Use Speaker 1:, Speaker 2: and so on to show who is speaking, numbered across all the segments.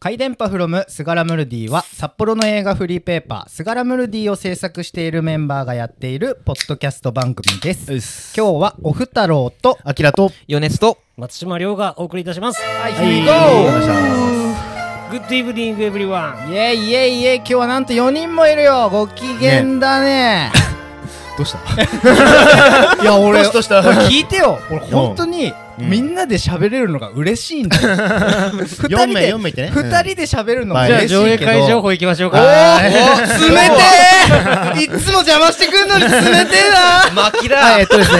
Speaker 1: ハイ電波フロムスガラムルディは札幌の映画フリーペーパースガラムルディを制作しているメンバーがやっているポッドキャスト番組です。
Speaker 2: 今
Speaker 1: 今日はおふたろうと
Speaker 2: 日、アキラと、ヨネスと、
Speaker 3: 松島亮がお送りいたします。
Speaker 1: はい、
Speaker 3: グッドイブニングエブリワン。
Speaker 1: イエイイエイイエイ今日はなんと4人もいるよご機嫌だ ね
Speaker 2: どうした
Speaker 1: いや俺
Speaker 2: どうした
Speaker 1: 俺聞いてよ俺本当にみんなで喋れるのが嬉しいんだ よ二
Speaker 2: 四
Speaker 1: 人
Speaker 2: 名、
Speaker 1: で
Speaker 2: 四名いてね。
Speaker 1: 二人で喋るのも
Speaker 2: じゃあ
Speaker 1: 嬉しいけど
Speaker 3: 報行きましょう
Speaker 1: おーお。ー冷 てえいっつも邪魔してくんのに冷 てえな
Speaker 3: マキ
Speaker 2: はい、えっとですね、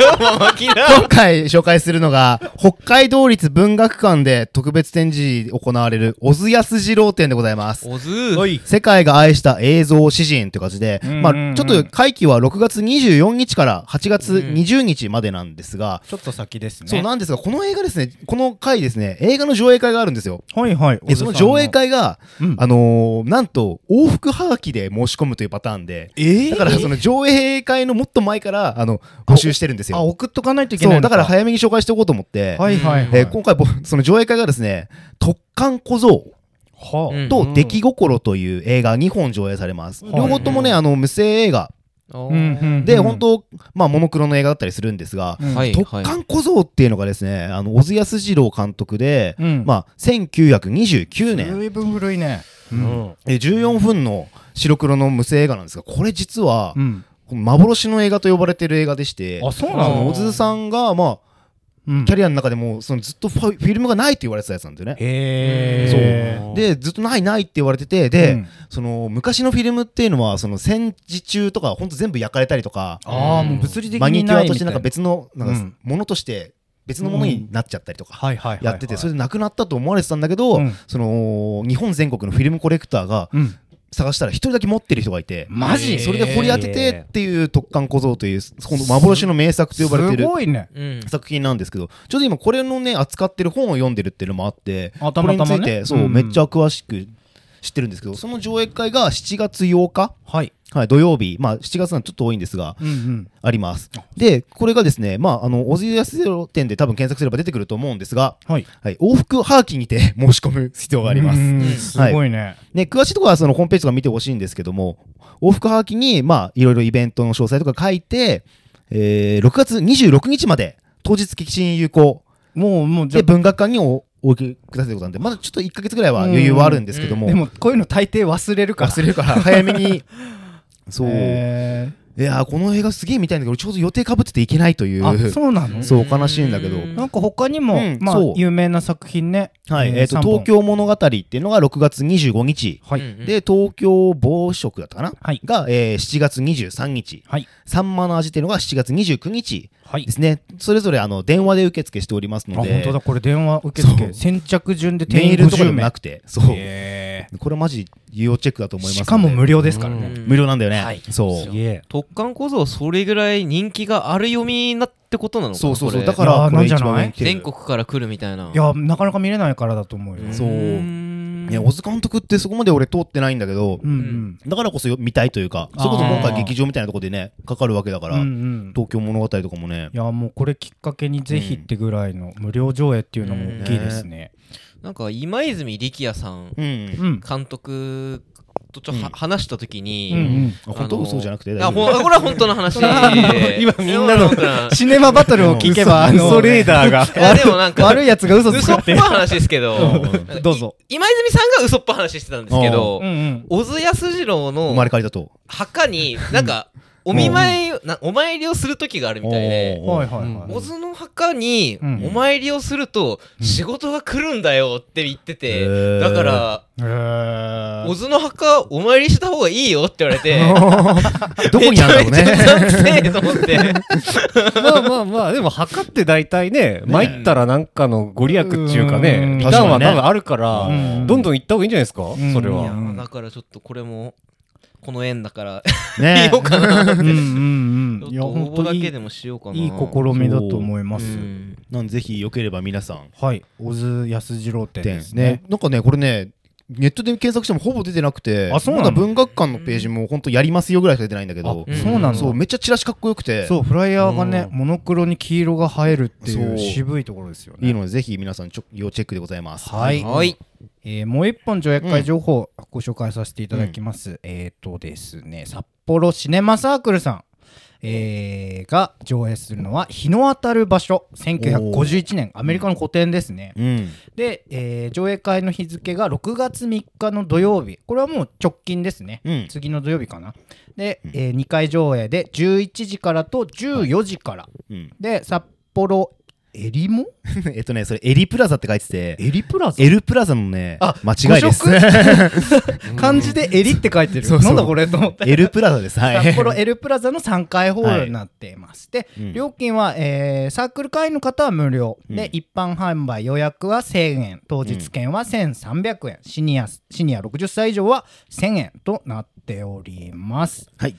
Speaker 3: 今日もマキラ。
Speaker 2: 今回紹介するのが、北海道立文学館で特別展示行われる、小津安二郎展でございます。
Speaker 3: おずー。
Speaker 1: い
Speaker 2: 世界が愛した映像詩人という形で、
Speaker 1: うんうんうん
Speaker 2: まあ、ちょっと会期は6月24日から8月20日までなんですが、
Speaker 1: ちょっと先ですね
Speaker 2: そうなんですが、この映画ですね、この回ですね、映画の上映会があるんですよ。
Speaker 1: はいはい
Speaker 2: でその上映会が、
Speaker 1: うん
Speaker 2: あのーなんと往復はがきで申し込むというパターンで、
Speaker 1: えー
Speaker 2: だからその上映会のもっと前からあの募集してるんです
Speaker 1: あ
Speaker 2: よ。
Speaker 1: 送っとかないといけな
Speaker 2: そ
Speaker 1: いうの
Speaker 2: だから早めに紹介しておこうと思って、
Speaker 1: はいはいはい
Speaker 2: えー今回ぼその上映会がですね「特艦小僧
Speaker 1: はあ」
Speaker 2: と「出来心」という映画2本上映されます。
Speaker 1: うん
Speaker 2: 両方ともねあの無声映画
Speaker 1: うんうん
Speaker 2: で、
Speaker 1: うん
Speaker 2: 本当まあモノクロの映画だったりするんですが、
Speaker 1: うん
Speaker 2: 特艦小僧っていうのがですねあの小津安二郎監督で、
Speaker 1: うん
Speaker 2: まあ1929年。
Speaker 1: 随分古いね
Speaker 3: うん。
Speaker 2: えー14分の白黒の無声映画なんですがこれ実は、
Speaker 1: ん
Speaker 2: この幻の映画と呼ばれてる映画でして
Speaker 1: あそうな
Speaker 2: あ
Speaker 1: の
Speaker 2: の小津さんが、ま
Speaker 1: うん
Speaker 2: あ、キャリアの中でもそのずっとファフィルムがないって言われてたやつなんですよね。
Speaker 1: へ
Speaker 3: そう
Speaker 2: でずっとないないって言われててで、その昔のフィルムっていうのはその戦時中とかほんと全部焼かれたりとか
Speaker 1: ああもう物理的
Speaker 2: マニ
Speaker 1: に
Speaker 2: キュ
Speaker 1: ない
Speaker 2: ア
Speaker 1: み
Speaker 2: と
Speaker 1: たい
Speaker 2: してなんか別のなん
Speaker 1: うん
Speaker 2: かものとして別のものになっちゃったりとか
Speaker 1: はいはいはいはい
Speaker 2: やっててそれでなくなったと思われてたんだけど、
Speaker 1: うん
Speaker 2: その日本全国のフィルムコレクターが
Speaker 1: うん
Speaker 2: 探したら一人だけ持ってる人がいて
Speaker 1: マジ
Speaker 3: えー
Speaker 2: それで掘り当ててっていう特艦小僧というこの幻の名作と呼ばれて
Speaker 1: す
Speaker 2: る
Speaker 1: ごいね
Speaker 3: うん。
Speaker 2: 作品なんですけどちょうど今これのね扱ってる本を読んでるっていうのもあって
Speaker 1: あ
Speaker 2: こ
Speaker 1: たま
Speaker 2: れ
Speaker 1: た
Speaker 2: につ
Speaker 1: まね
Speaker 2: いてそううんめっちゃ詳しく知ってるんですけどその上映会が7月8日
Speaker 1: はい
Speaker 2: はい土曜日まあ7月なんでちょっと多いんですが
Speaker 1: うんうん
Speaker 2: ありますでこれがですねまああの小津安ゼロ店で多分検索すれば出てくると思うんですが
Speaker 1: はい
Speaker 2: はい往復ハーキにて申し込む必要があります
Speaker 1: すすごいね
Speaker 2: ね、詳しいところはそのホームページとか見てほしいんですけども、往復はがきに、まあ、いろいろイベントの詳細とか書いて、えー6月26日まで、当日激震有効
Speaker 1: もうもうじゃ
Speaker 2: で
Speaker 1: あ
Speaker 2: 文学館におお受けくださいということなんで、まだちょっと1ヶ月ぐらいは余裕はあるんですけども、
Speaker 1: でもこういうの大抵忘れるから
Speaker 2: 忘れるから早めに。そう。
Speaker 1: へ
Speaker 2: いやー、この映画すげえ見たいんだけど、ちょうど予定かぶってていけないとい
Speaker 1: ー
Speaker 2: う、
Speaker 1: あそうなの
Speaker 2: そう悲しいんだけど。
Speaker 3: うん
Speaker 1: なんか他にも
Speaker 2: うん
Speaker 1: まあ
Speaker 2: そう
Speaker 1: 有名な作品ね
Speaker 2: はい、えっ、と、
Speaker 1: 三本
Speaker 2: 東京物語っていうのが6月25日。
Speaker 1: はい
Speaker 3: うん
Speaker 2: で、東京暴食だったかな、
Speaker 1: はい
Speaker 2: が、えー7月23日、
Speaker 1: はい
Speaker 2: サンマの味っていうのが7月29日
Speaker 1: はい
Speaker 2: ですね、それぞれあの電話で受付しております
Speaker 1: あ
Speaker 2: ので、
Speaker 1: 本当だこれ電話受
Speaker 2: そ
Speaker 1: 付
Speaker 2: う
Speaker 1: 先着順で
Speaker 2: メ
Speaker 1: 定
Speaker 2: ー
Speaker 1: 員
Speaker 2: ルとかで
Speaker 1: 50
Speaker 2: もな
Speaker 1: 名
Speaker 2: くて、そう
Speaker 1: へ
Speaker 2: これマジ、有料チェックだと
Speaker 1: ー
Speaker 2: 思います
Speaker 1: しかも無
Speaker 2: 料
Speaker 1: 料ですからね
Speaker 3: うん
Speaker 2: 無料なんだよね、
Speaker 3: はい
Speaker 2: そ
Speaker 3: そうう。
Speaker 1: え
Speaker 4: 特艦小僧はそれぐらい人気がある読みなってことなのかな
Speaker 2: そうそう
Speaker 4: こ
Speaker 2: そう
Speaker 4: れ
Speaker 2: だか
Speaker 1: いや
Speaker 2: ら
Speaker 1: ー
Speaker 2: これ一
Speaker 1: なんじゃ
Speaker 2: 番
Speaker 1: ない
Speaker 2: 人気
Speaker 4: 全国から来るみたいない
Speaker 1: やなかなか見れないからだと思うよ
Speaker 2: そう
Speaker 4: うん
Speaker 2: ね、小津監督ってそこまで俺通ってないんだけど、
Speaker 1: うんうん
Speaker 2: だからこそよ見たいというかそれこそ今回劇場みたいなとこでねかかるわけだから、
Speaker 1: うんうん
Speaker 2: 東京物語とかもね
Speaker 1: いやもうこれきっかけにぜひってぐらいの無料上映っていうのも大きいですね
Speaker 4: なんか今泉力也さん
Speaker 2: う
Speaker 1: う
Speaker 2: ん
Speaker 1: ん
Speaker 4: 監督とちょっとは
Speaker 2: うん
Speaker 4: 話した時
Speaker 1: うんう
Speaker 4: に
Speaker 1: ん
Speaker 2: あ本当嘘じゃなくて大丈
Speaker 4: あほ
Speaker 2: 夫
Speaker 4: んこれは本当の話
Speaker 1: 今みんなの
Speaker 4: いや本当な
Speaker 1: シネマバトルを聞けばあの
Speaker 2: ーダーが
Speaker 4: いやでもなんか
Speaker 1: 悪いやつが嘘つく
Speaker 4: 嘘っ
Speaker 1: っ
Speaker 4: ぽ
Speaker 1: て
Speaker 4: い話ですけど なんか
Speaker 1: どうぞ
Speaker 4: い今泉さんが嘘っぽい話してたんですけど
Speaker 1: うんうん
Speaker 4: 小津安二郎
Speaker 2: 生まれ
Speaker 4: の
Speaker 2: 変わりだと
Speaker 4: 墓になんかお見舞いなお参りをする時があるみたいで
Speaker 2: おー
Speaker 1: はいはいはい
Speaker 4: 小津の墓に
Speaker 1: うん
Speaker 4: お参りをすると仕事が来るんだよって言ってて、
Speaker 2: へー
Speaker 4: だから
Speaker 1: へー
Speaker 4: 小津の墓お参りした方がいいよって言われて
Speaker 2: どこにあるんだろう
Speaker 4: め
Speaker 2: ね
Speaker 4: ちゃめちゃうざくせえと思って
Speaker 3: まあまあまあ、でも墓って大体ね、参ったらなんかのご利益っていうか
Speaker 1: うん
Speaker 3: ね、リターン
Speaker 2: 確かに
Speaker 3: は多
Speaker 2: ね
Speaker 3: 分あるから
Speaker 1: うん、
Speaker 3: どんどん行った方がいいんじゃないですかそれ
Speaker 1: うん
Speaker 3: は。
Speaker 4: いやだからちょっとこれもこの縁だから
Speaker 2: ね
Speaker 4: 見ようかな
Speaker 1: うんうん
Speaker 4: ち
Speaker 1: うん
Speaker 4: ょっ
Speaker 1: いや
Speaker 4: と
Speaker 1: 本
Speaker 4: 応募
Speaker 1: 当
Speaker 4: だ
Speaker 1: にい
Speaker 4: け
Speaker 1: い
Speaker 4: でもしようかない
Speaker 1: い試みだと思います
Speaker 4: うん
Speaker 2: なんでぜひよければ皆さん
Speaker 1: はい小津安二郎店
Speaker 2: 点
Speaker 1: ですね
Speaker 2: ねなんかねこれねネットで検索してもほぼ出てなくて
Speaker 1: あそうな
Speaker 2: ま
Speaker 1: の
Speaker 2: だ文学館のページも本当やりますよぐらいしか出てないんだけど
Speaker 1: あそうなんだ
Speaker 2: そうめっちゃチラシかっこよくて
Speaker 1: そうフライヤーがね
Speaker 2: う
Speaker 1: モノクロに黄色が映えるってい
Speaker 2: そう
Speaker 1: う渋いところですよね
Speaker 2: いいのでぜひ皆さんちょ要チェックでございます
Speaker 1: はい
Speaker 4: はい
Speaker 1: えーもう一本条約会情報をご紹介させていただきます。えっ、とですね、札幌シネマサークルさん、えーが上映するのは日の当たる場所、1951年、アメリカの古典ですね。
Speaker 2: うん。
Speaker 1: で、えー上映会の日付が6月3日の土曜日、これはもう直近ですね。
Speaker 2: うん。
Speaker 1: 次の土曜日かな。で、え2回上映で11時からと14時から。
Speaker 2: うん。
Speaker 1: で、札幌えりも
Speaker 2: えっとね、それ、エリプラザって書いてて、
Speaker 1: エリプラザ
Speaker 2: エルプラザのね、
Speaker 1: あ
Speaker 2: 間違いです。
Speaker 1: 誤 漢字で「エリ」って書いてる
Speaker 2: そうそう
Speaker 1: なんだこれと思って
Speaker 2: エルプラザです。はい。
Speaker 1: 札幌エルプラザの3階ホールになっています、
Speaker 2: う
Speaker 1: で、
Speaker 2: ん
Speaker 1: 料金は、えーサークル会員の方は無料で、
Speaker 2: うん
Speaker 1: 一般販売予約は1000円当日券は1300円、シニアシニア60歳以上は1000円となっております
Speaker 2: はい。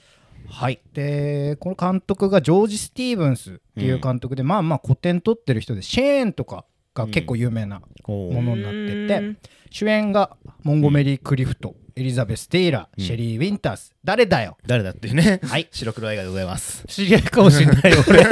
Speaker 1: はい、でこの監督がジョージ・スティーブンスっていう監督で、まあまあ古典撮ってる人でシェーンとかが結構有名な
Speaker 2: お
Speaker 1: も
Speaker 2: ー
Speaker 1: のになってて、主演がモンゴメリー・クリフト、エリザベス・テイラー、
Speaker 2: うん
Speaker 1: シェリー・ウィンタース誰だよ
Speaker 2: 誰だっていうね、
Speaker 1: はい
Speaker 2: 白黒映画でございます。
Speaker 3: 知り合いかもしれない 俺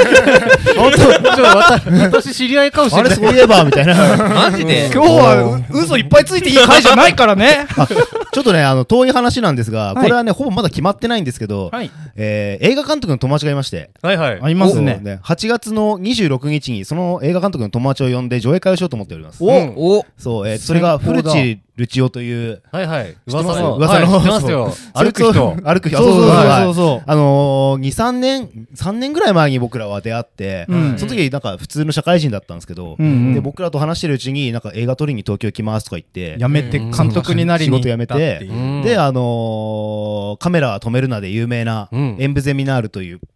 Speaker 2: 本
Speaker 3: ちょわた私知り合いかもし
Speaker 2: 当
Speaker 3: れ
Speaker 2: あれ、
Speaker 3: ない
Speaker 2: そういえばみた いな。
Speaker 4: マジで
Speaker 1: 今日は嘘いっぱいついていい回じゃないからね
Speaker 2: あちょっとね、あの、遠い話なんです
Speaker 1: は
Speaker 2: が、
Speaker 1: い
Speaker 2: これはね、ほぼまだ決まってないんですけど、
Speaker 1: はい
Speaker 2: えー映画監督の友達がいまして、
Speaker 3: はいはい
Speaker 1: あります
Speaker 2: そ
Speaker 1: ね
Speaker 2: う8月の26日に、その映画監督の友達を呼んで上映会をしようと思っております。
Speaker 3: うん
Speaker 4: お
Speaker 2: そう、えーそれが、
Speaker 1: 先
Speaker 2: 古
Speaker 1: 行だ
Speaker 2: 地ルチオという、
Speaker 3: はいはい
Speaker 2: 知ってます
Speaker 3: 噂の
Speaker 2: 噂の
Speaker 3: はい知ってますよ
Speaker 2: そう
Speaker 3: 歩く人
Speaker 2: そいつを歩く人。
Speaker 1: そうそうそうそう
Speaker 2: はい
Speaker 1: そうそう
Speaker 2: あのー、2、3年、3年ぐらい前に僕らは出会って、
Speaker 1: うん
Speaker 2: その時なんか普通の社会人だったんですけど、
Speaker 1: うんうん
Speaker 2: で僕らと話してるうちに、なんか映画撮りに東京行きますとか言って、
Speaker 1: やめて監督になりに行ったっていう
Speaker 2: 仕事辞めて
Speaker 3: うん
Speaker 2: で、あのーカメラは止めるなで有名な、
Speaker 3: うん
Speaker 2: 演舞ゼミナールというと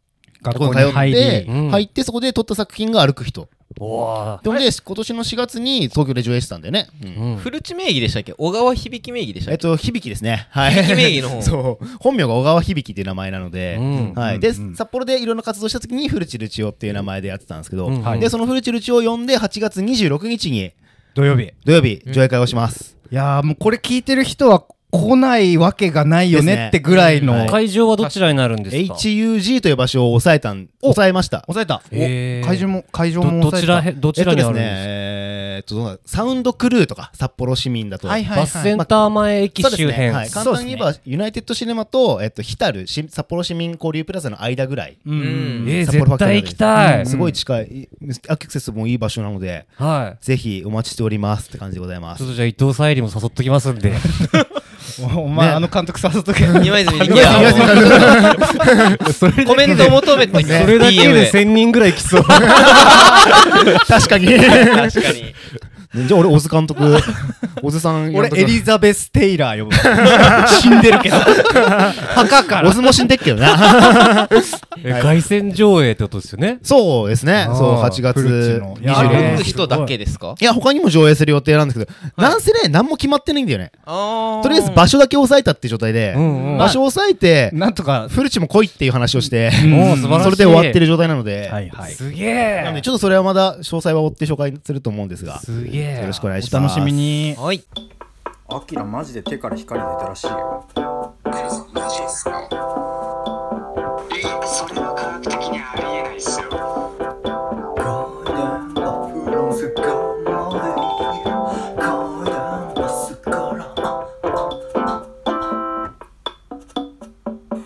Speaker 1: 学
Speaker 2: こ
Speaker 1: 校
Speaker 2: ろ
Speaker 1: に
Speaker 2: に通っ
Speaker 1: 入
Speaker 2: て、
Speaker 1: り
Speaker 3: うん
Speaker 2: 入ってそこで撮った作品が歩く人。
Speaker 3: お
Speaker 2: で、ほんで今年の4月に東京で上映したんだよね。うん
Speaker 4: 古地名義でしたっけ小川響名義でした
Speaker 2: えっ
Speaker 4: っけ
Speaker 2: と、響ですね。はい。
Speaker 4: 響名義の方
Speaker 2: そう。本名が小川響っていう名前なので、
Speaker 3: うん
Speaker 2: はい。で、
Speaker 1: うん
Speaker 2: 札幌でいろんな活動した時に、古地ルチオっていう名前でやってたんですけど、
Speaker 3: うんはい
Speaker 2: で、その古地ルチオを呼んで、8月26日に
Speaker 1: 土曜日い
Speaker 2: 土曜日、上映会をします。
Speaker 1: やーもうこれ聞いてる人は来ないわけがないよ
Speaker 2: ですね
Speaker 1: ねってぐらいの、
Speaker 2: はい
Speaker 3: 会場はどちらになるんですか
Speaker 2: HUG という場所を抑えたん、抑えました。
Speaker 1: 抑えた、お
Speaker 3: へー
Speaker 1: 会場も会場も
Speaker 3: どど
Speaker 1: 抑え
Speaker 3: ち
Speaker 1: た
Speaker 3: らへどちらにあるん
Speaker 2: えっとですねえーっ
Speaker 3: ですか、
Speaker 2: とどうなんサウンドクルーとか、札幌市民だと。
Speaker 1: はいはい、はい、
Speaker 3: バスセンター前駅
Speaker 2: そうです
Speaker 3: 周
Speaker 2: ね
Speaker 3: 辺
Speaker 2: はい、簡単に言えば、ユナイテッドシネマと、えっと、日たるし札幌市民交流プラザの間ぐらい、
Speaker 1: うん
Speaker 4: うん
Speaker 3: えー
Speaker 2: 札幌ファ
Speaker 3: 絶
Speaker 2: クトリー
Speaker 3: 対行きたい、
Speaker 1: うん
Speaker 2: すごい近い、アクセスもいい場所なので、
Speaker 3: はい
Speaker 2: ぜひお待ちしておりますって感じでございま
Speaker 3: ち
Speaker 2: す
Speaker 3: ょっ。とじゃあ伊藤沙莉も誘っときますんで
Speaker 1: おお前、
Speaker 2: ね
Speaker 1: あの監督誘っとけ
Speaker 4: 今泉力也 をコメントを求めてきて
Speaker 3: それだけ
Speaker 4: DM
Speaker 3: で1000人ぐらい来そう
Speaker 2: 確 かに。
Speaker 4: 確かに
Speaker 2: じゃあ俺、小津監督、小津さん呼ん
Speaker 1: 俺
Speaker 2: とく、
Speaker 1: エリザベス・テイラー呼ぶ。 死んでるけど。墓か
Speaker 2: 小
Speaker 1: ら。
Speaker 2: 津も死んでっけどな。
Speaker 3: え凱旋上映ってことですよね
Speaker 2: そうですね
Speaker 3: あ。ー
Speaker 2: そう、8月
Speaker 1: フルーチのいやー
Speaker 2: 26日。
Speaker 4: 歩く人だけですか
Speaker 2: いや、他にも上映する予定なんですけど、なんせね、何も決まってないんだよね。
Speaker 4: あー
Speaker 2: とりあえず場所だけ押さえたっていう状態で
Speaker 3: う、んうん
Speaker 2: 場所を押さえて、
Speaker 1: なんとか。
Speaker 2: フルチも来いっていう話をして、
Speaker 3: もう素晴らしい
Speaker 2: それで終わってる状態なので、
Speaker 1: はいはい。
Speaker 3: すげ
Speaker 2: なので
Speaker 3: え
Speaker 2: ちょっとそれはまだ詳細は追って紹介すると思うんですが、
Speaker 3: すげえ
Speaker 2: よろしくお願いし
Speaker 1: お
Speaker 2: ます。
Speaker 1: 楽しみに。
Speaker 4: はい
Speaker 5: アキラマジで手から光出たらしいよ
Speaker 6: 皆さんマジですかえそれは科学的にありえないっすよマ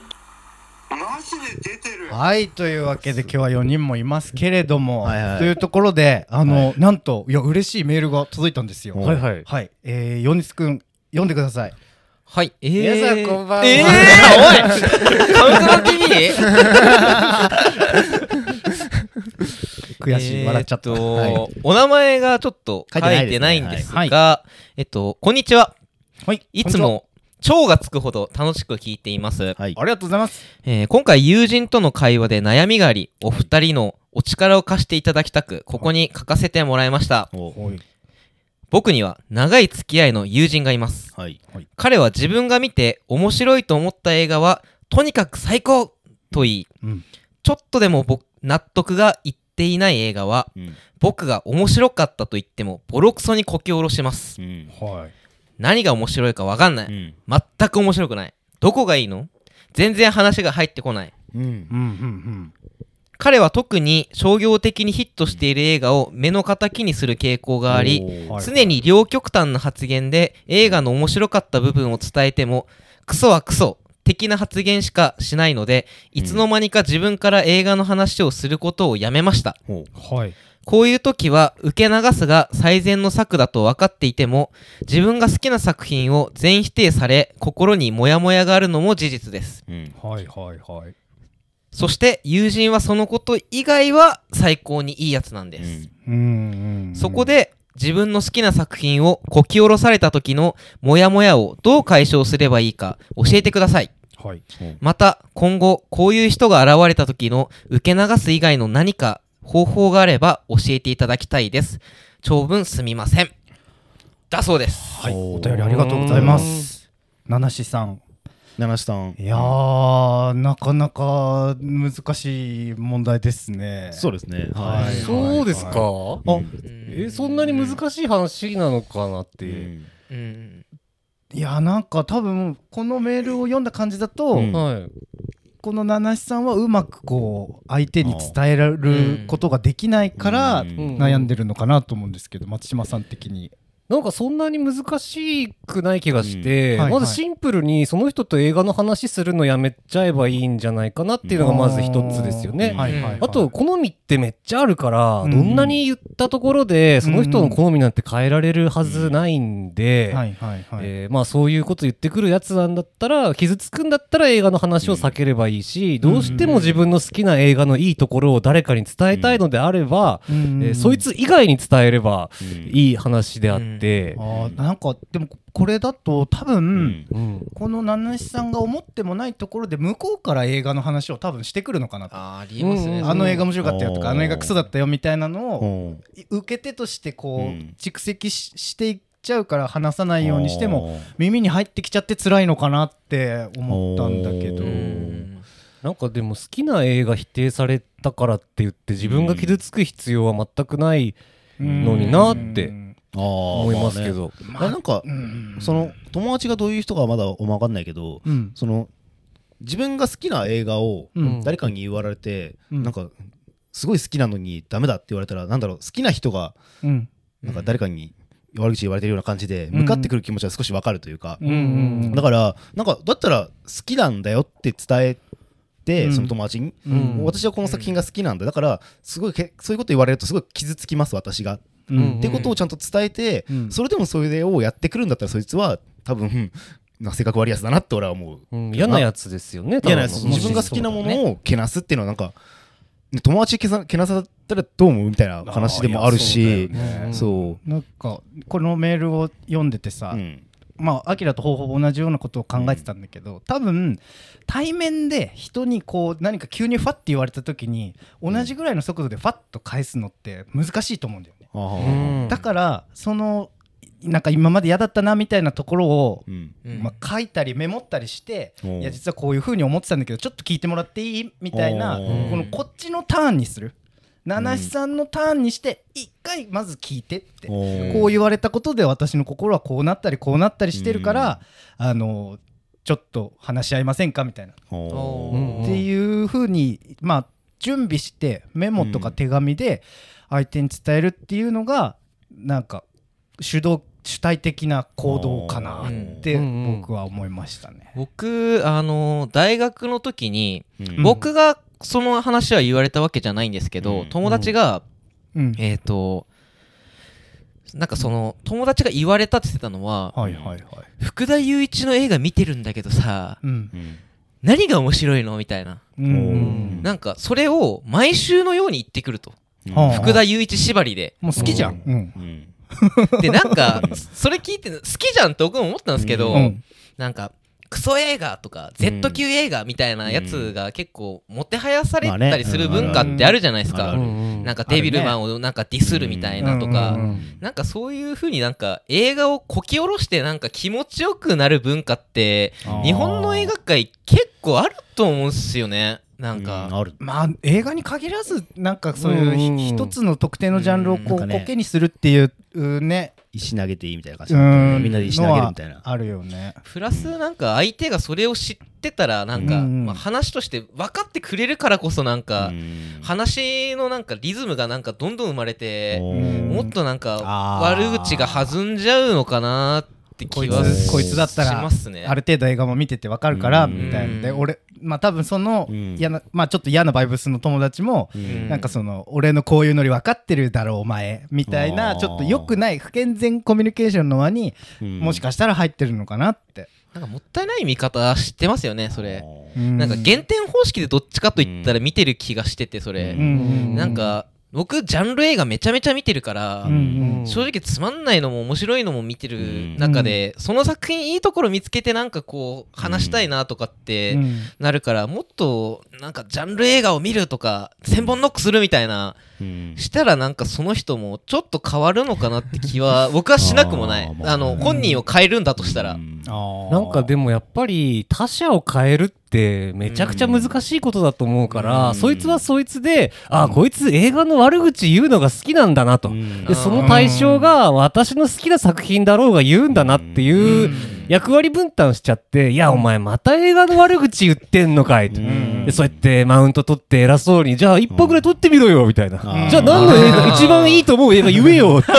Speaker 6: ジで出てる
Speaker 1: はい、というわけで今日は4人もいますけれども、
Speaker 2: はいはい
Speaker 1: というところで、あの、なんと、いや、嬉しいメールが届いたんですよ。
Speaker 2: はい
Speaker 3: はい
Speaker 1: はい。えー、ヨネスくん、読んでください。
Speaker 4: はいえー
Speaker 1: 皆さんこんばんは
Speaker 4: えーおい カウントダウン TV?
Speaker 1: 悔しい、笑っちゃった。
Speaker 4: えーと
Speaker 1: はい
Speaker 4: お名前がちょっと
Speaker 2: 書
Speaker 4: 書
Speaker 2: いてない
Speaker 4: い
Speaker 2: ですね
Speaker 4: てないんですが、
Speaker 1: はい
Speaker 4: えっと、こんにちは。
Speaker 1: はい。
Speaker 4: いつも、蝶がつくほど楽しく聞いています。
Speaker 2: は
Speaker 1: こんに
Speaker 2: い
Speaker 1: ちは。ありがとうございます。
Speaker 4: えー今回、友人との会話で悩みがあり、お二人のお力を貸していただきたく、ここに書かせてもらいました。
Speaker 2: お
Speaker 4: 僕には長い付き合いの友人がいます。
Speaker 2: はい。
Speaker 4: 彼は自分が見て面白いと思った映画は、とにかく最高と言い、
Speaker 1: うん
Speaker 4: ちょっとでも僕納得がいっていない映画は、
Speaker 2: うん
Speaker 4: 僕が面白かったと言ってもボロクソにこき下ろします
Speaker 2: うん
Speaker 1: はい。
Speaker 4: 何が面白いかわかんない、
Speaker 2: うん
Speaker 4: 全く面白くないどこがいいの全然話が入ってこない
Speaker 2: うん
Speaker 1: うんうん
Speaker 4: 彼は特に商業的にヒットしている映画を目の敵にする傾向があり
Speaker 1: はい
Speaker 4: 常に両極端な発言で映画の面白かった部分を伝えてもクソはクソ的な発言しかしないのでいつの間にか自分から映画の話をすることをやめました
Speaker 1: はい
Speaker 4: こういう時は受け流すが最善の策だと分かっていても自分が好きな作品を全否定され心にモヤモヤがあるのも事実です
Speaker 1: はいはいはい
Speaker 4: そして友人はそのこと以外は最高にいいやつなんです、
Speaker 1: うんうん
Speaker 4: そこで自分の好きな作品をこき下ろされた時のモヤモヤをどう解消すればいいか教えてください
Speaker 1: はい
Speaker 4: また今後こういう人が現れた時の受け流す以外の何か方法があれば教えていただきたいです長文すみませんだそうです
Speaker 1: はいお便りありがとうございます七志さん
Speaker 2: 七瀬さん
Speaker 1: いやーなかなか難しい問題ですね
Speaker 2: そうですね
Speaker 1: はい
Speaker 2: はい
Speaker 3: そうですか、
Speaker 2: あ
Speaker 3: えそんなに難しい話なのかなって、
Speaker 4: うん
Speaker 1: いやなんか多分このメールを読んだ感じだと、
Speaker 2: うん
Speaker 3: はい
Speaker 1: この七七さんはうまくこう相手に伝えられることができないから
Speaker 2: うん
Speaker 3: うん
Speaker 1: 悩んでるのかなと思うんですけど松島さん的に
Speaker 3: なんかそんなに難しくない気がして、
Speaker 1: うんはいはい
Speaker 3: まずシンプルにその人と映画の話するのやめちゃえばいいんじゃないかなっていうのがまず一つですよね。
Speaker 1: あーはいはいはい
Speaker 4: うん
Speaker 3: あと好みってめっちゃあるから、
Speaker 1: うん
Speaker 3: どんなに言ったところでその人の好みなんて変えられるはずないんで、
Speaker 1: はいはいはい、
Speaker 3: えーまあそういうこと言ってくるやつなんだったら傷つくんだったら映画の話を避ければいいし、どうしても自分の好きな映画のいいところを誰かに伝えたいのであれば、
Speaker 1: うん
Speaker 3: えーそいつ以外に伝えれば
Speaker 2: い
Speaker 3: いい話であって、
Speaker 1: あーなんかでもこれだと多分、
Speaker 3: うん
Speaker 1: この七七さんが思ってもないところで向こうから映画の話を多分してくるのかなと
Speaker 4: あーありえますね、
Speaker 3: うん
Speaker 1: あの映画面白かったよと
Speaker 2: お
Speaker 1: か
Speaker 2: ー
Speaker 1: あの映画クソだったよみたいなのを
Speaker 2: うん
Speaker 1: い受け手としてこう
Speaker 2: うん
Speaker 1: 蓄積ししていっちゃうから話さないようにしても耳に入ってきちゃって辛いのかなって思ったんだけど
Speaker 2: お
Speaker 4: う
Speaker 2: ー
Speaker 4: ん
Speaker 3: なんかでも好きな映画否定されたからって言って自分が傷つく必要は全くないのになって
Speaker 1: うん
Speaker 2: あー
Speaker 3: 思いますけ
Speaker 2: ま
Speaker 3: ど、
Speaker 2: あねあなんか
Speaker 1: うん
Speaker 2: その友達がどういう人かはまだ分かんないけど
Speaker 1: うん
Speaker 2: その自分が好きな映画を
Speaker 1: うん
Speaker 2: 誰かに言われて、
Speaker 1: うん
Speaker 2: なんかすごい好きなのにダメだって言われたらなんだろう好きな人が
Speaker 1: うん
Speaker 2: なんか誰かに悪口言われてるような感じで
Speaker 1: うん
Speaker 2: 向かってくる気持ちは少しわかるというか、
Speaker 1: うんうん
Speaker 2: だからなんかだったら好きなんだよって伝えて、
Speaker 1: うん
Speaker 2: その友達に、
Speaker 1: うん
Speaker 3: うん
Speaker 2: 私はこの作品が好きなんだだからすごいけそういうこと言われるとすごい傷つきます私が、
Speaker 1: うん
Speaker 2: ってことをちゃんと伝えて、
Speaker 1: うん
Speaker 2: それでもそれをやってくるんだったらそいつは多分な性格悪いやつだなって俺は思う
Speaker 3: うん嫌なやつですよね
Speaker 2: いやなんか
Speaker 3: ただの
Speaker 2: 自分が好きなものをけなすっていうのはなんか、ね友達けさけなさったらどう思うみたいな話でもあるし
Speaker 1: いやそうだよね
Speaker 2: そ
Speaker 1: なんかこのメールを読んでて
Speaker 2: う
Speaker 1: さ、
Speaker 2: うん
Speaker 1: まあ、アキラとほぼ同じようなことを考えてたんだけど、多分対面で人にこう何か急にファッて言われた時に同じぐらいの速度でファッと返すのって難しいと思うんだよね、
Speaker 2: あ
Speaker 3: う
Speaker 2: ー
Speaker 3: ん
Speaker 1: だからそのなんか今まで嫌だったなみたいなところを、
Speaker 2: うん
Speaker 4: うん
Speaker 1: まあ、書いたりメモったりして、
Speaker 2: おう
Speaker 1: いや実はこういうふうに思ってたんだけどちょっと聞いてもらっていいみたいな
Speaker 2: お
Speaker 1: こ
Speaker 2: う
Speaker 1: のこっちのターンにする七七さんのターンにして一回まず聞いてって
Speaker 2: おー
Speaker 1: こう言われたことで私の心はこうなったりこうなったりしてるから、あのちょっと話し合いませんかみたいな、
Speaker 2: お
Speaker 4: う
Speaker 2: ー
Speaker 4: ん
Speaker 3: うん
Speaker 1: っていうふうにまあ準備してメモとか手紙で相手に伝えるっていうのがなんか主導主体的な行動かなって
Speaker 3: うんうん
Speaker 1: 僕は思いましたね。
Speaker 4: 僕あの大学の時に
Speaker 2: うん
Speaker 4: 僕がその話は言われたわけじゃないんですけど、
Speaker 2: うん
Speaker 4: 友達が、
Speaker 1: うん
Speaker 4: えっ、となんかその友達が言われたって言ってたのは、
Speaker 1: はいはいはい。
Speaker 4: 福田雄一の映画見てるんだけどさ
Speaker 1: うん
Speaker 2: うん
Speaker 4: 何が面白いのみたいな
Speaker 1: う
Speaker 2: うん
Speaker 1: ん
Speaker 4: なんかそれを毎週のように言ってくると
Speaker 2: うん
Speaker 1: はあ
Speaker 4: 福田雄一縛りで
Speaker 1: もう好きじゃん。うん
Speaker 2: うん
Speaker 4: でなんかそれ聞いて好きじゃんって僕も思ったんですけど、
Speaker 1: うん
Speaker 4: なんかクソ映画とか Z 級映画みたいなやつが結構もてはやされたりする文化ってあるじゃないです
Speaker 2: まあ
Speaker 4: か
Speaker 2: ねうんあるある
Speaker 4: なんかデビルマンをなんかディスるみたいなと
Speaker 1: う
Speaker 4: か
Speaker 1: ん
Speaker 4: なんかそういう風になんか映画をこき下ろしてなんか気持ちよくなる文化って
Speaker 2: あー
Speaker 4: 日本の映画界結構あると思うんすよねなん
Speaker 2: うん
Speaker 4: か、
Speaker 2: ある
Speaker 1: まあ映画に限らずなんかそういう
Speaker 3: うん
Speaker 1: ひ一つの特定のジャンルをこ
Speaker 2: うんな
Speaker 1: うん
Speaker 2: かね
Speaker 1: コケにするっていううんね
Speaker 2: 石投げていいみたいな感じ
Speaker 1: う
Speaker 2: だったね
Speaker 1: ん
Speaker 2: みんなで石投げるみたい
Speaker 1: の
Speaker 2: な
Speaker 1: はあるよね
Speaker 4: プラスなんか相手がそれを知ってたらなんか、
Speaker 1: うん
Speaker 4: まあ、話として分かってくれるからこそなんか、
Speaker 2: うん
Speaker 4: 話のなんかリズムがなんかどんどん生まれて、
Speaker 2: お
Speaker 1: うん
Speaker 2: ー
Speaker 4: もっとなんか
Speaker 2: あー
Speaker 4: 悪口が弾んじゃうのかなって
Speaker 1: こ
Speaker 4: 気
Speaker 1: い
Speaker 4: は
Speaker 1: つ
Speaker 4: し
Speaker 1: こいつだったら
Speaker 4: ますね。
Speaker 1: ある程度映画も見ててわかるから
Speaker 2: うん
Speaker 1: みたいなで
Speaker 4: うん
Speaker 1: 俺まあ多分その
Speaker 2: うん
Speaker 1: 嫌なまあちょっと嫌なバイブスの友達も
Speaker 2: うん
Speaker 1: なんかその俺のこういうノリ分かってるだろうお前みたい
Speaker 2: あ
Speaker 1: な
Speaker 2: ー
Speaker 1: ちょっと良くない不健全コミュニケーションの輪に
Speaker 2: うん
Speaker 1: もしかしたら入ってるのかなって
Speaker 4: なんかもったいない見方知ってますよね、それ。
Speaker 1: な
Speaker 4: なんか減点方式でどっちかと言ったら見てる気がしてて、それ。
Speaker 1: ん
Speaker 4: なんか、僕、ジャンル映画めちゃめちゃ見てるから、
Speaker 1: うん
Speaker 4: 正直つまんないのも面白いのも見てる中で、その作品いいところ見つけてなんかこう話したいなとかっ
Speaker 1: う
Speaker 4: て
Speaker 1: ん
Speaker 4: なるから、もっとなんかジャンル映画を見るとか千本ノックするみたいな
Speaker 2: うん
Speaker 4: したらなんかその人もちょっと変わるのかなって気は僕はしなくもない
Speaker 2: あーまあ
Speaker 4: あの本人を変えるんだとしたら
Speaker 2: うん
Speaker 3: なんかで
Speaker 1: も
Speaker 3: もやっぱり他者を変えるってめちゃくちゃ難しいことだと思うから、
Speaker 2: うん
Speaker 3: そいつはそいつで、あこいつ映画の悪口言うのが好きなんだなと、
Speaker 2: うん
Speaker 3: でその対象が私の好きな作品だろうが言うんだなっていうう役割分担しちゃって、いやお前また映画の悪口言ってんのかいと。
Speaker 2: うん
Speaker 3: でそうやってマウント取って偉そうにじゃあ一本ぐらい取ってみろよみたいな、
Speaker 2: うん
Speaker 3: じゃあ何の映
Speaker 4: あ
Speaker 3: 画
Speaker 4: ー
Speaker 3: 一番いいと思う映画言えよって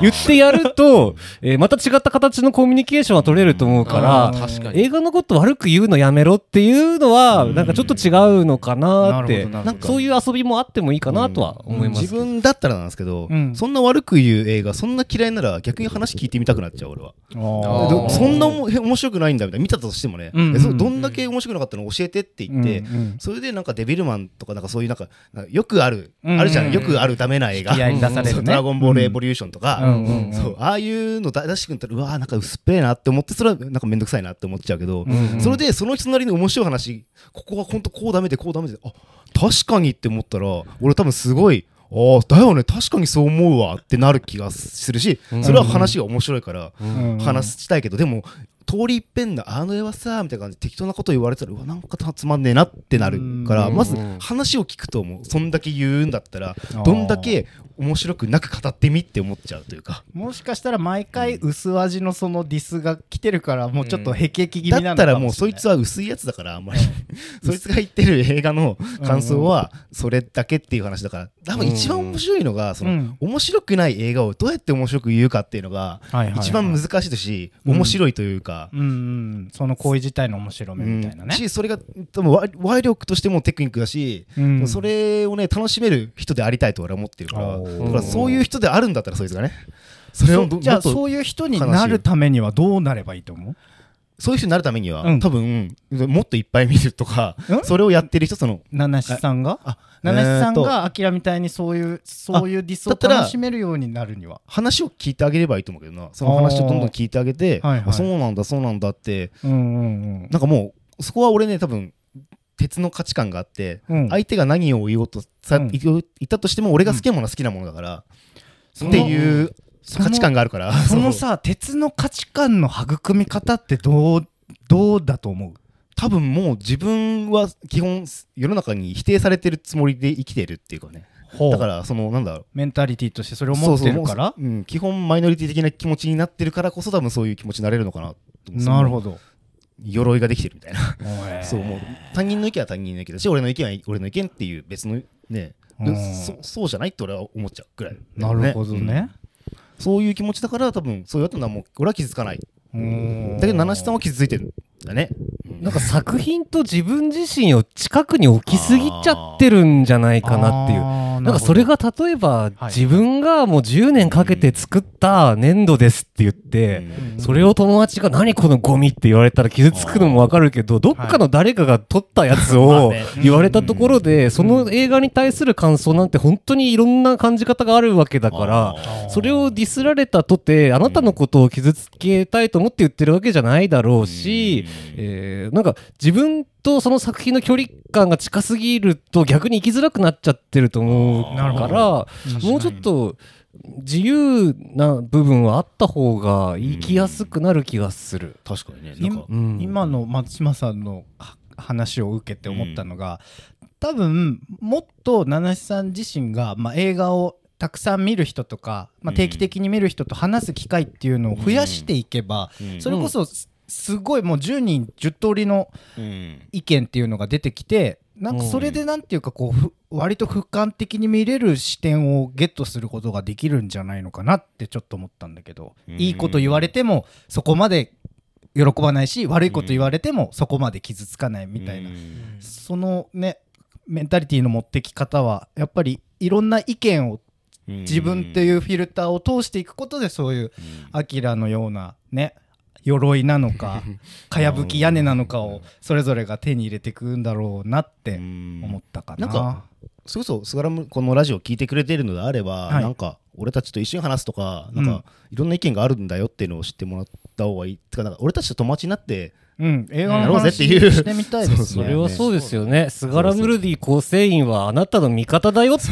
Speaker 3: 言ってやると、えーまた違った形のコミュニケーションは取れると思うか
Speaker 4: あー
Speaker 3: ら
Speaker 4: 確かに
Speaker 3: 映画のこと悪く言うのやめろっていうのは
Speaker 2: うん
Speaker 3: なんかちょっと違うのかなっ
Speaker 1: なる
Speaker 3: て
Speaker 1: ほどなるほど
Speaker 3: なんかそういう遊びもあってもいいかなとは思いますけ
Speaker 2: 自
Speaker 3: ど、
Speaker 2: 分だったらなんですけど、
Speaker 1: うん
Speaker 2: そんな悪く言う映画そんな嫌いなら逆に話聞いてみたくなっちゃう俺は
Speaker 4: あー
Speaker 2: どそんなおもへ面白くないんだみたいな見たとしてもね、
Speaker 1: うん
Speaker 2: えそ
Speaker 1: うん
Speaker 2: どんだけ面白くなかったの教えてって言って、それでなんかデビルマンとかなんかそういうなんかなんかよくある、
Speaker 1: うん
Speaker 2: あるじゃんよくあるダメな映画
Speaker 1: 引き合いに出されるね
Speaker 2: そうドラゴンボールエボリューションとか、
Speaker 1: うんうんうん
Speaker 2: そうああいうの出してくんだったらうわーなんか薄っぺえなって思ってそれはなんか面倒くさいなって思っちゃうけど、
Speaker 1: うん
Speaker 2: それでその人なりに面白い話ここは本当こうダメでこうダメであ確かにって思ったら俺多分すごいああだよね確かにそう思うわってなる気がするしそれは話が面白いから
Speaker 1: うん
Speaker 2: 話したいけどでも通り一遍のあの絵はさみたいな感じで適当なこと言われてたらうわなんかたつまんねえなってなるから
Speaker 1: うん
Speaker 2: まず話を聞くと思うそんだけ言うんだったらどんだけ面白くなく語ってみって思っちゃうというか。
Speaker 1: もしかしたら毎回薄味のそのディスが来てるからもうちょっとへきへき気味な
Speaker 2: だ
Speaker 1: のかもしれない
Speaker 2: ったらもうそいつは薄いやつだからあんまり そいつが言ってる映画の感想はそれだけっていう話だから多分一番面白いのがそ
Speaker 1: うん
Speaker 2: の面白くない映画をどうやって面白く言うかっていうの
Speaker 1: は
Speaker 2: が
Speaker 1: いはいはい
Speaker 2: 一番難しいですし
Speaker 1: うん
Speaker 2: 面白いというか。
Speaker 1: うんうんその行為自体の面白みみたいな
Speaker 2: うん
Speaker 1: ね
Speaker 2: しそれが多分わ話力としてもテクニックだし、
Speaker 1: うん
Speaker 2: それをね楽しめる人でありたいと俺は思ってるから
Speaker 1: おー
Speaker 2: だからそういう人であるんだったらそいつがねそれを
Speaker 1: そ
Speaker 2: ど
Speaker 1: じゃ
Speaker 2: も
Speaker 1: あ
Speaker 2: っと
Speaker 1: そういう人になるためにはどうなればいいと思う
Speaker 2: そういう人になるためには、
Speaker 1: うん
Speaker 2: 多分もっといっぱい見るとか、
Speaker 1: うん
Speaker 2: それをやってる人その
Speaker 1: 七七さんが
Speaker 2: あ
Speaker 1: 七七さん
Speaker 2: えーっと
Speaker 1: がアキラみたいにそういうそういうディスを
Speaker 2: だったら
Speaker 1: 楽しめるようになるには
Speaker 2: 話を聞いてあげればいいと思うけどなその話をどんどん聞いてあげて
Speaker 1: あーはいはい
Speaker 2: あそうなんだそうなんだって
Speaker 1: うんうん
Speaker 2: なんかもうそこは俺ね多分鉄の価値観があって、
Speaker 1: うん
Speaker 2: 相手が何を言おうとさ、
Speaker 1: うん
Speaker 2: 言言ったとしても俺が好きなものは好きなものだから、
Speaker 1: うん
Speaker 2: っていう
Speaker 1: その
Speaker 2: 価値観があるから
Speaker 1: その
Speaker 2: う
Speaker 1: さ鉄の価値観の育み方ってどうどうだと思う
Speaker 2: 多分もう自分は基本世の中に否定されてるつもりで生きてるっていうかねだからそのなんだろう
Speaker 1: メンタリティとしてそれを持ってるから
Speaker 2: そうそうもううん、基本マイノリティ的な気持ちになってるからこそ多分そういう気持ちになれるのかな
Speaker 1: なるほ
Speaker 2: ど
Speaker 1: ど
Speaker 2: 鎧ができてるみたいな、そう
Speaker 1: う
Speaker 2: もう他人の意見は他人の意見だし俺の意見は俺の意見っていう別のね
Speaker 1: うん
Speaker 2: そそうじゃないって俺は思っちゃうぐらいだ
Speaker 1: な
Speaker 2: よね、
Speaker 1: るほどね
Speaker 2: うんそういう気持ちだから多分そうやったのはもう俺は傷つかない
Speaker 1: うん
Speaker 2: だけど七七さんは傷ついてるんだね
Speaker 3: なんか作品と自分自身を近くに置きすぎちゃってるんじゃないかなっていう
Speaker 1: あー
Speaker 3: なんかそれが例えば
Speaker 1: い
Speaker 3: 自分がもう10年かけて作った粘土ですって言って
Speaker 1: うん
Speaker 3: それを友達が何このゴミって言われたら傷つくのもわかるけどどっかの誰かが撮ったやつを
Speaker 2: まあね
Speaker 3: 言われたところでその映画に対する感想なんて本当にいろんな感じ方があるわけだからそれをディスられたとてあなたのことを傷つけたいと思って言ってるわけじゃないだろうし、えーなんか自分とその作品の距離感が近すぎると逆に生きづらくなっちゃってると思う
Speaker 1: あーなるほ
Speaker 3: か
Speaker 1: ど
Speaker 3: らもうちょっと自由な部分はあった方が生きやすくなる気がする。
Speaker 2: 確かにね
Speaker 1: 今
Speaker 2: なんか
Speaker 3: うん
Speaker 1: 今の松島さんのは話を受けて思ったのが、多分もっと七七さん自身が、まあ、映画をたくさん見る人とか、まあ、定期的に見る人と話す機会っていうのを増やしていけば、
Speaker 2: うん
Speaker 1: それこそすすごいもう10人10通りの
Speaker 2: うん
Speaker 1: 意見っていうのが出てきてなんかそれでなんていうかこうふ割と俯瞰的に見れる視点をゲットすることができるんじゃないのかなってちょっと思ったんだけど
Speaker 2: うん
Speaker 1: いいこと言われてもそこまで喜ばないし悪いこと言われてもそこまで傷つかないみたいな
Speaker 2: うん
Speaker 1: そのねメンタリティの持ってき方はやっぱりいろんな意見を自分っていうフィルターを通していくことでそういうアキラのようなね鎧なのかかやぶき屋根なのかをそれぞれが手に入れていくんだろうなって思ったかな。
Speaker 2: なんかそれこそスガラムこのラジオ聞いてくれているのであれば、
Speaker 1: はい
Speaker 2: なんか俺たちと一緒に話すとかなんかいろんな意見があるんだよっていうのを知ってもらった方がいいてかなんか俺たちと友達になって
Speaker 1: うん、映画
Speaker 2: や
Speaker 1: の
Speaker 2: ろうぜ
Speaker 1: 話
Speaker 2: っていう
Speaker 1: してみたいですね。
Speaker 2: そう
Speaker 3: それはそうですよね。ス
Speaker 2: そ
Speaker 3: ガ
Speaker 2: うそう
Speaker 3: ラムルディ構成員はあなたの味方だよって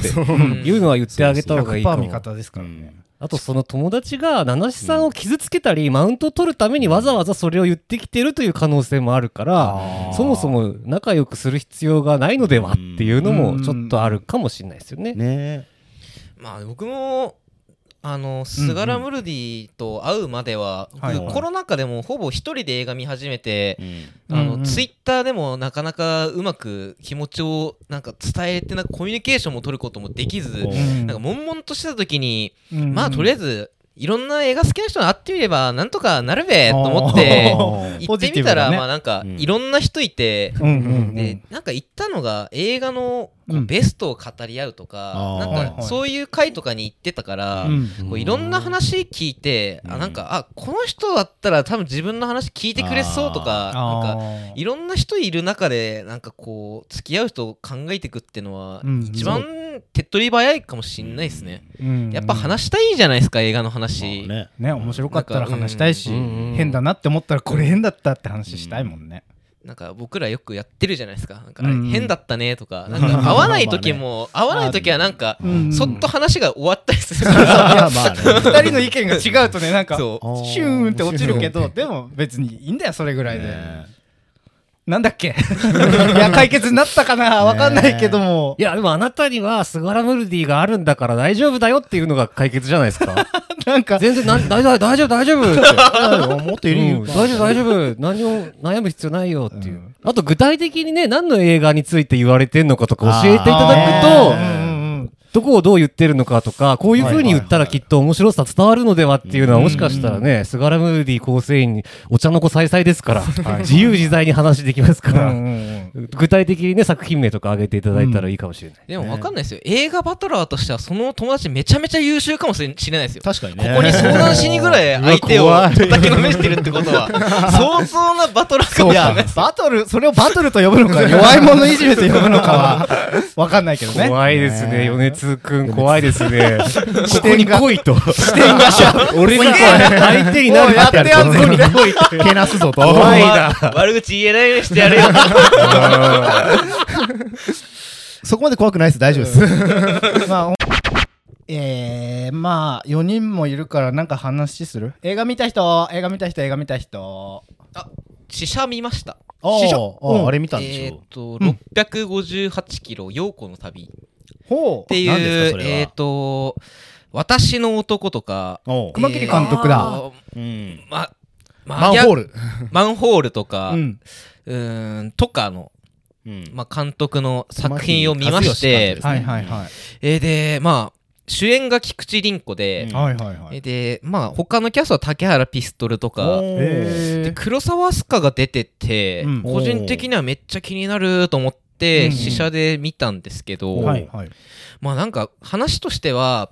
Speaker 3: 言うのは言ってあげた方がい
Speaker 1: 100%
Speaker 3: いか
Speaker 1: 味
Speaker 3: も。
Speaker 1: 方ですからね。
Speaker 3: あとその友達が七七さんを傷つけたりマウントを取るためにわざわざそれを言ってきてるという可能性もあるからそもそも仲良くする必要がないのではっていうのもちょっとあるかもしれないですよね。
Speaker 2: ね
Speaker 4: まあ僕もあのスガラムルディと会うまでは、
Speaker 1: はい
Speaker 4: 僕コロナ禍でもほぼ一人で映画見始めて、
Speaker 1: うん
Speaker 4: あ
Speaker 1: う
Speaker 4: の
Speaker 1: んうん
Speaker 4: ツイッターでもなかなかうまく気持ちをなんか伝えてなんかコミュニケーションも取ることもできず、
Speaker 1: うん
Speaker 4: なんか悶々としてた時に、
Speaker 1: うん
Speaker 4: まあとりあえずいろんな映画好きな人に会ってみればなんとかなるべと思って
Speaker 1: あー
Speaker 4: 行
Speaker 1: ポ
Speaker 4: ってみたら、
Speaker 1: ジティブだね
Speaker 4: まあなんか
Speaker 2: うん
Speaker 4: いろんな人いて、
Speaker 1: うんうんうん
Speaker 4: でなんか言ったのが映画のこ
Speaker 1: う
Speaker 4: うんベストを語り合うとか、
Speaker 2: あー
Speaker 4: な
Speaker 1: はい
Speaker 4: ん
Speaker 1: は
Speaker 4: か
Speaker 1: い
Speaker 4: そういう回とかに行ってたから、
Speaker 1: うん
Speaker 4: こういろんな話聞いて、
Speaker 2: う
Speaker 4: あ
Speaker 2: ん
Speaker 4: なんかあこの人だったら多分自分の話聞いてくれそうとかなんか
Speaker 1: あー
Speaker 4: いろんな人いる中でなんかこう付き合う人を考えていくっていうのは
Speaker 1: うん
Speaker 4: 一番手っ取り早いかもしんないですね、
Speaker 1: うん
Speaker 4: やっぱ話したいじゃないですか映画の話、
Speaker 2: ね
Speaker 1: ね面白かったら話したいし、
Speaker 3: うんうんうん
Speaker 1: 変だなって思ったらこれ変だったって話したいもんね。
Speaker 4: なんか僕らよくやってるじゃないですかなんかあ
Speaker 1: う
Speaker 4: れ
Speaker 1: ん
Speaker 4: 変だったねと かなんか合わない時も合わない時はなんか
Speaker 1: うん
Speaker 4: そっと話が終わったり する
Speaker 1: そう
Speaker 4: か
Speaker 1: いやまあね 二人の意見が違うとねなん
Speaker 4: ら
Speaker 1: か
Speaker 4: そ
Speaker 2: あー
Speaker 1: シューンって落ちるけどでも別にいいんだよそれぐらいで、
Speaker 2: ね
Speaker 1: なんだっけ いや解決になったかなわかんないけども
Speaker 3: いやでもあなたにはスガラムルディがあるんだから大丈夫だよっていうのが解決じゃないですか
Speaker 1: なんか
Speaker 3: 全然な大丈夫大丈夫大丈夫って
Speaker 2: もっといる
Speaker 3: う
Speaker 2: よ
Speaker 3: ん大丈夫大丈夫何も悩む必要ないよっていう、
Speaker 1: うん
Speaker 3: あと具体的にね何の映画について言われてんのかとか教えていた
Speaker 1: う
Speaker 3: だく
Speaker 1: んうんうん
Speaker 3: とどこをどう言ってるのかとかこういうふうに言ったらきっと面白さ伝わるのではっていうのはもしかしたらねスガラムーディ構成員にお茶の子さいさいですから 自由自在に話できますか
Speaker 1: う
Speaker 3: ら、
Speaker 1: んうん
Speaker 3: 具体的にね作品名とか挙げていただいたらいいかもしれない、
Speaker 4: うでも分かんないですよ映画バトラーとしてはその友達めちゃめちゃ優秀かもしれないですよ
Speaker 2: 確かに
Speaker 4: こ
Speaker 2: ね
Speaker 4: こに相談しにぐらい相手を叩きのめしてるってこ とは相当なバトラーかも
Speaker 1: い
Speaker 4: しれない
Speaker 1: やバトルそれをバトルと呼ぶのか 弱い者いじめと呼ぶのか はわかんないけどね
Speaker 3: 怖いですね米津君怖いですね
Speaker 1: 視
Speaker 3: ここ
Speaker 1: 点
Speaker 3: に
Speaker 1: が
Speaker 3: 来いと
Speaker 2: 俺が
Speaker 3: 相手になるなってやるとここに来いっ て
Speaker 2: けなすぞと
Speaker 3: 怖い
Speaker 4: お前
Speaker 3: な
Speaker 4: 悪口言えないようにして やるよ
Speaker 2: そこまで怖くないです大丈夫で す
Speaker 1: まあ、おえー、まあ4人もいるからなんか話する映画見た人映画見た人映画見た人
Speaker 4: あ試写見ました
Speaker 1: 師
Speaker 2: あ
Speaker 1: 匠うん
Speaker 2: ああれ見たんでし
Speaker 4: えー
Speaker 2: ょ
Speaker 4: っと658キロ陽子の旅っ
Speaker 1: ほ
Speaker 4: てい
Speaker 2: 何ですかそうれは
Speaker 4: えーっと私の男とか
Speaker 2: おう
Speaker 1: 熊切監督だ
Speaker 4: えーっと
Speaker 2: うん
Speaker 4: ま
Speaker 2: マンホー
Speaker 4: ル
Speaker 2: ル
Speaker 4: マンホールとか
Speaker 1: う
Speaker 4: うんーんとかの
Speaker 2: うん
Speaker 4: まあ監督の作品を見まして
Speaker 2: 熊切和義監督です
Speaker 1: はいはいはい、
Speaker 4: えーでまあ主演が菊池凛子で、
Speaker 2: うん
Speaker 1: はいはいはい
Speaker 4: えーでまあ他のキャストは竹原ピストルとか
Speaker 2: おー
Speaker 1: え
Speaker 4: で黒沢明日香が出てて、
Speaker 1: うん
Speaker 4: 個人的にはめっちゃ気になると思っ
Speaker 1: うん
Speaker 4: て試写で見たんですけど、
Speaker 1: ー、はいはい
Speaker 4: まあなんか話としては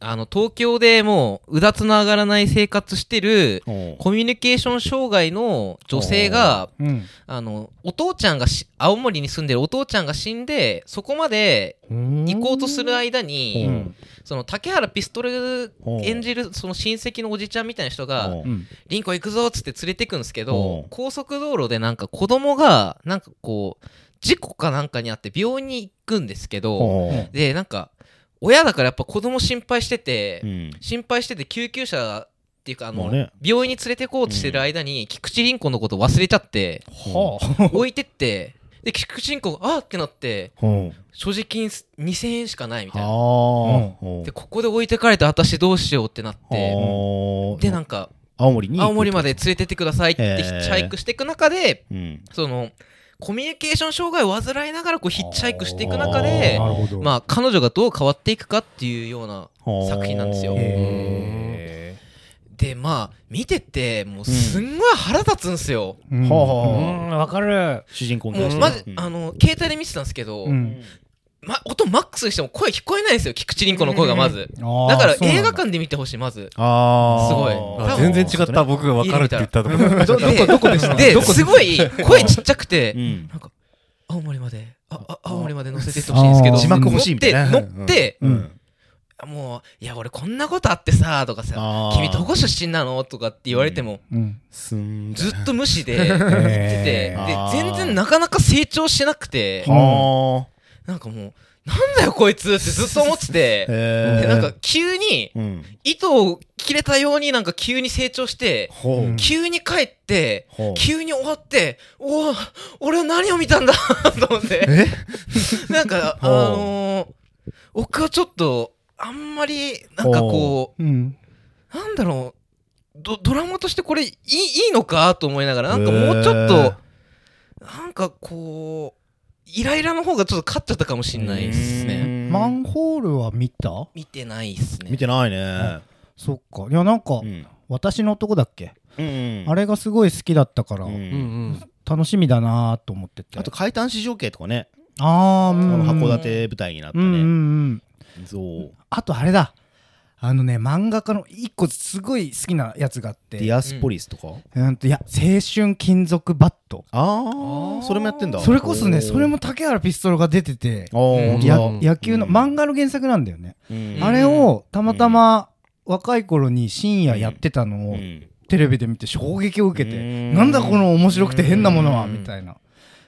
Speaker 4: あの東京でもううだつの上がらない生活してる
Speaker 2: おう
Speaker 4: コミュニケーション障害の女性が
Speaker 1: うん
Speaker 4: あのお父ちゃんがし青森に住んでるお父ちゃんが死んでそこまで行こうとする間に、
Speaker 1: うん
Speaker 4: その竹原ピストル
Speaker 2: おう
Speaker 4: 演じるその親戚のおじちゃんみたいな人が
Speaker 2: おう
Speaker 1: うん
Speaker 4: リンコ行くぞっつって連れてくんですけ
Speaker 2: お
Speaker 4: ど
Speaker 2: う
Speaker 4: 高速道路でなんか子供がなんかこう事故かなんかにあって病院に行くんですけど
Speaker 2: おう
Speaker 4: でなんか親だからやっぱ子供心配してて
Speaker 2: うん
Speaker 4: 心配してて救急車ってっていうかあの、
Speaker 2: まあね
Speaker 4: 病院に連れてこうとしてる間に、菊池凛子のことを忘れち ゃって
Speaker 2: は
Speaker 4: 置いてってで菊池凛子があーってなって
Speaker 2: あ。うん。
Speaker 4: 所持金す2000円しかないみたいな
Speaker 2: はあ。うん
Speaker 4: でここで置いてかれて私どうしようってなっ
Speaker 2: あ
Speaker 4: て
Speaker 2: ー
Speaker 4: でなんか
Speaker 2: 青森に
Speaker 4: 青森ま
Speaker 2: で。
Speaker 4: で連れてってくださいってヒ
Speaker 2: へー
Speaker 4: ッチハイクしていく中で
Speaker 2: うん。
Speaker 4: そのコミュニケーション障害を患いながらこうヒッチハイクしていく中で
Speaker 2: あーなるほど
Speaker 4: まあ彼女がどう変わっていくかっていうような作品なんですよ
Speaker 2: はあ。
Speaker 1: へ
Speaker 4: でまあ見ててもうすんごい腹立つんですよ、
Speaker 1: ーうん
Speaker 2: はあ
Speaker 3: う
Speaker 2: はあ。
Speaker 3: んわかる
Speaker 2: 主人公に対
Speaker 4: もう
Speaker 2: してね。
Speaker 4: まじ、
Speaker 2: うん
Speaker 4: あの携帯で見てたんですけど、
Speaker 1: うん
Speaker 4: ま、音マックスにしても声聞こえないんですよ菊池凛子の声がまず、
Speaker 1: あー
Speaker 4: だから
Speaker 1: そうなん
Speaker 4: 映画館で見てほしいまず
Speaker 2: ああ。
Speaker 4: すごい
Speaker 3: あ全然違った僕がわかるって言ったとこ ろ
Speaker 2: どこどこでした
Speaker 4: で
Speaker 2: どこ
Speaker 4: すごい声ちっちゃくて、
Speaker 2: うん
Speaker 4: なんか青森までああ青森まで乗せてってほしいんですけど
Speaker 1: あー
Speaker 2: 字幕欲しいみたいな
Speaker 4: 乗って乗って、
Speaker 1: うん
Speaker 4: もう「いや俺こんなことあってさ」とかさ「君どこ出身なの?」とかって言われても、
Speaker 1: うん
Speaker 2: すん
Speaker 4: ずっと無 視で言っててで
Speaker 2: あー
Speaker 4: 全然なかなか成長しなくて
Speaker 1: は
Speaker 2: はあ
Speaker 4: なんかもうなんだよこいつってずっと思ってて
Speaker 2: へ
Speaker 4: で
Speaker 2: え
Speaker 4: なんか急に
Speaker 2: うん
Speaker 4: 糸を切れたようになんか急に成長して
Speaker 2: ほ
Speaker 1: うん
Speaker 2: う
Speaker 4: 急に帰って
Speaker 2: ほう
Speaker 4: 急に終わっておお俺は何を見たんだ と思って
Speaker 2: え
Speaker 4: なんかあ
Speaker 2: ほう
Speaker 4: のー僕はちょっとあんまりなんかこ
Speaker 1: うん
Speaker 4: うなんだろうドドラマとしてこれいいいいのかと思いながらなんかもうちょっとなんかこうイライラの方がちょっと勝っちゃったかもしんないですね
Speaker 1: マ
Speaker 2: ね
Speaker 1: ンホールは見た
Speaker 4: 見てないっすね
Speaker 2: 見てないね
Speaker 1: そっかいやなんか
Speaker 2: うん
Speaker 1: 私の男だっけ
Speaker 2: うん
Speaker 1: あれがすごい好きだったから
Speaker 2: うん
Speaker 3: うん
Speaker 1: 楽しみだなと思ってて
Speaker 2: あと海胆市場系とかね
Speaker 1: あーう
Speaker 2: あ
Speaker 1: ん
Speaker 2: の
Speaker 1: うん
Speaker 2: 函館舞台になった
Speaker 1: うんうん
Speaker 2: ね
Speaker 1: うん
Speaker 2: そう
Speaker 1: あとあれだあのね漫画家の一個すごい好きなやつがあっ
Speaker 2: デ
Speaker 1: て
Speaker 2: ィアスポリスとか
Speaker 1: うんといや青春金属バット
Speaker 2: ああそれもやってんだ
Speaker 1: それこそね
Speaker 2: おー
Speaker 1: それも竹原ピストルが出てて
Speaker 2: あー
Speaker 4: うん
Speaker 1: や
Speaker 2: 本
Speaker 1: 野球の
Speaker 2: うん
Speaker 1: 漫画の原作なんだよね
Speaker 2: 当だうん
Speaker 1: あれをたまたま若い頃に深夜やってたの
Speaker 2: う
Speaker 1: を
Speaker 2: ん
Speaker 1: テレビで見て衝撃を受け
Speaker 2: う
Speaker 1: て
Speaker 2: ん
Speaker 1: なんだこの面白くて変なものは
Speaker 4: うん
Speaker 1: みたいな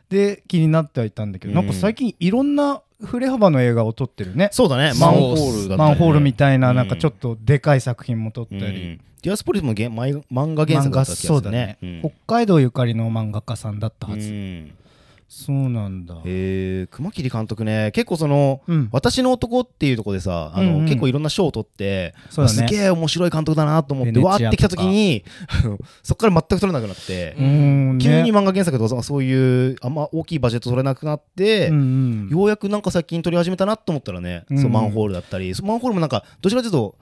Speaker 1: で気になってはいたんだけど
Speaker 2: うん
Speaker 1: なんか最近いろんな振れ幅の映画を撮ってるね
Speaker 2: そうだね
Speaker 1: マ
Speaker 2: マ
Speaker 1: ン
Speaker 2: ン
Speaker 1: ホ
Speaker 2: ホ
Speaker 1: ール
Speaker 2: ールだったりね
Speaker 1: マンホールみたいな
Speaker 2: うん
Speaker 1: なんかちょっとでかい作品も撮った
Speaker 2: うん
Speaker 1: り
Speaker 2: ディアスポリスもげまい漫画原
Speaker 1: 漫
Speaker 2: 作だ
Speaker 1: 画
Speaker 2: った気
Speaker 1: そ
Speaker 2: が
Speaker 1: うだ
Speaker 2: する
Speaker 1: ね
Speaker 2: ね
Speaker 1: 北海道ゆかりの漫画家さんだった
Speaker 2: う
Speaker 1: はず
Speaker 2: ん
Speaker 1: そうなんだ
Speaker 2: えー、熊切監督ね結構その「
Speaker 1: うん
Speaker 2: 私の男」っていうところでさあの、
Speaker 1: うんうん
Speaker 2: 結構いろんな賞を取って、
Speaker 1: そうだ
Speaker 2: す
Speaker 1: ね
Speaker 2: げえ面白い監督だなと思って
Speaker 1: ベネチア
Speaker 2: わーってきた時に そこから全く取れなくなって、
Speaker 1: うーんね
Speaker 2: 急に漫画原作とかそういうあんま大きいバジェット取れなくなって、
Speaker 1: うんうん
Speaker 2: ようやくなんか最近取り始めたなと思ったらね、
Speaker 1: うんうん
Speaker 2: そのマンホールだったりそマンホールもなんかどちらかというと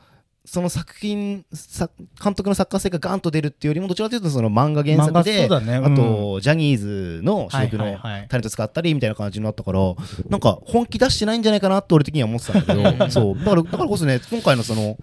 Speaker 2: その作品さ監督の作家性がガンと出るっていうよりもどちらかというとその漫画原
Speaker 1: 漫画そ
Speaker 2: 作で
Speaker 1: うだねうん
Speaker 2: あと、ジャニーズの主力
Speaker 1: はい
Speaker 2: の
Speaker 1: はいはい
Speaker 2: タレント使ったりみたいな感じになったから、なんか本気出してないんじゃないかなって俺的には思ってたんだけど、そう、だから、だからこそね、今回のその、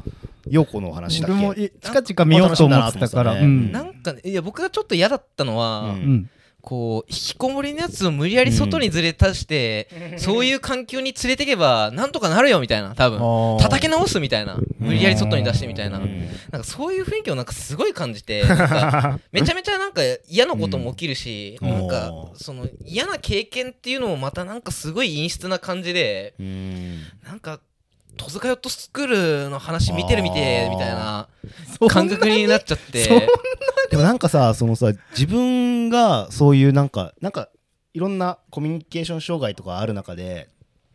Speaker 2: 陽子の話だ
Speaker 1: 俺も
Speaker 2: っけ。
Speaker 1: い近々見ようと思ってたから
Speaker 2: 楽
Speaker 1: う
Speaker 2: しみだ
Speaker 1: ん
Speaker 2: なと思ってたね
Speaker 4: なんかねいや僕がちょっと嫌だったのは、
Speaker 2: うん
Speaker 1: うん
Speaker 4: こう引きこもりのやつを無理やり外にずれ出して、そういう環境に連れてけばなんとかなるよみたいな多分叩き直すみたいな無理やり外に出してみたいな,、
Speaker 2: うん
Speaker 4: なんかそういう雰囲気をなんかすごい感じてなん かめちゃめちゃなんか嫌なことも起きるし、
Speaker 2: うん
Speaker 4: なんか
Speaker 2: おー
Speaker 4: その嫌な経験っていうのもまたなんかすごい陰湿な感じで
Speaker 2: うん
Speaker 4: なんか戸塚ヨットスクールの話見てる見てみたいな
Speaker 1: そんな
Speaker 4: 感覚になっちゃって。
Speaker 1: そんな
Speaker 2: でもなんかさ、そのさ、自分がそういうなんか、なんか、いろんなコミュニケーション障害とかある中で、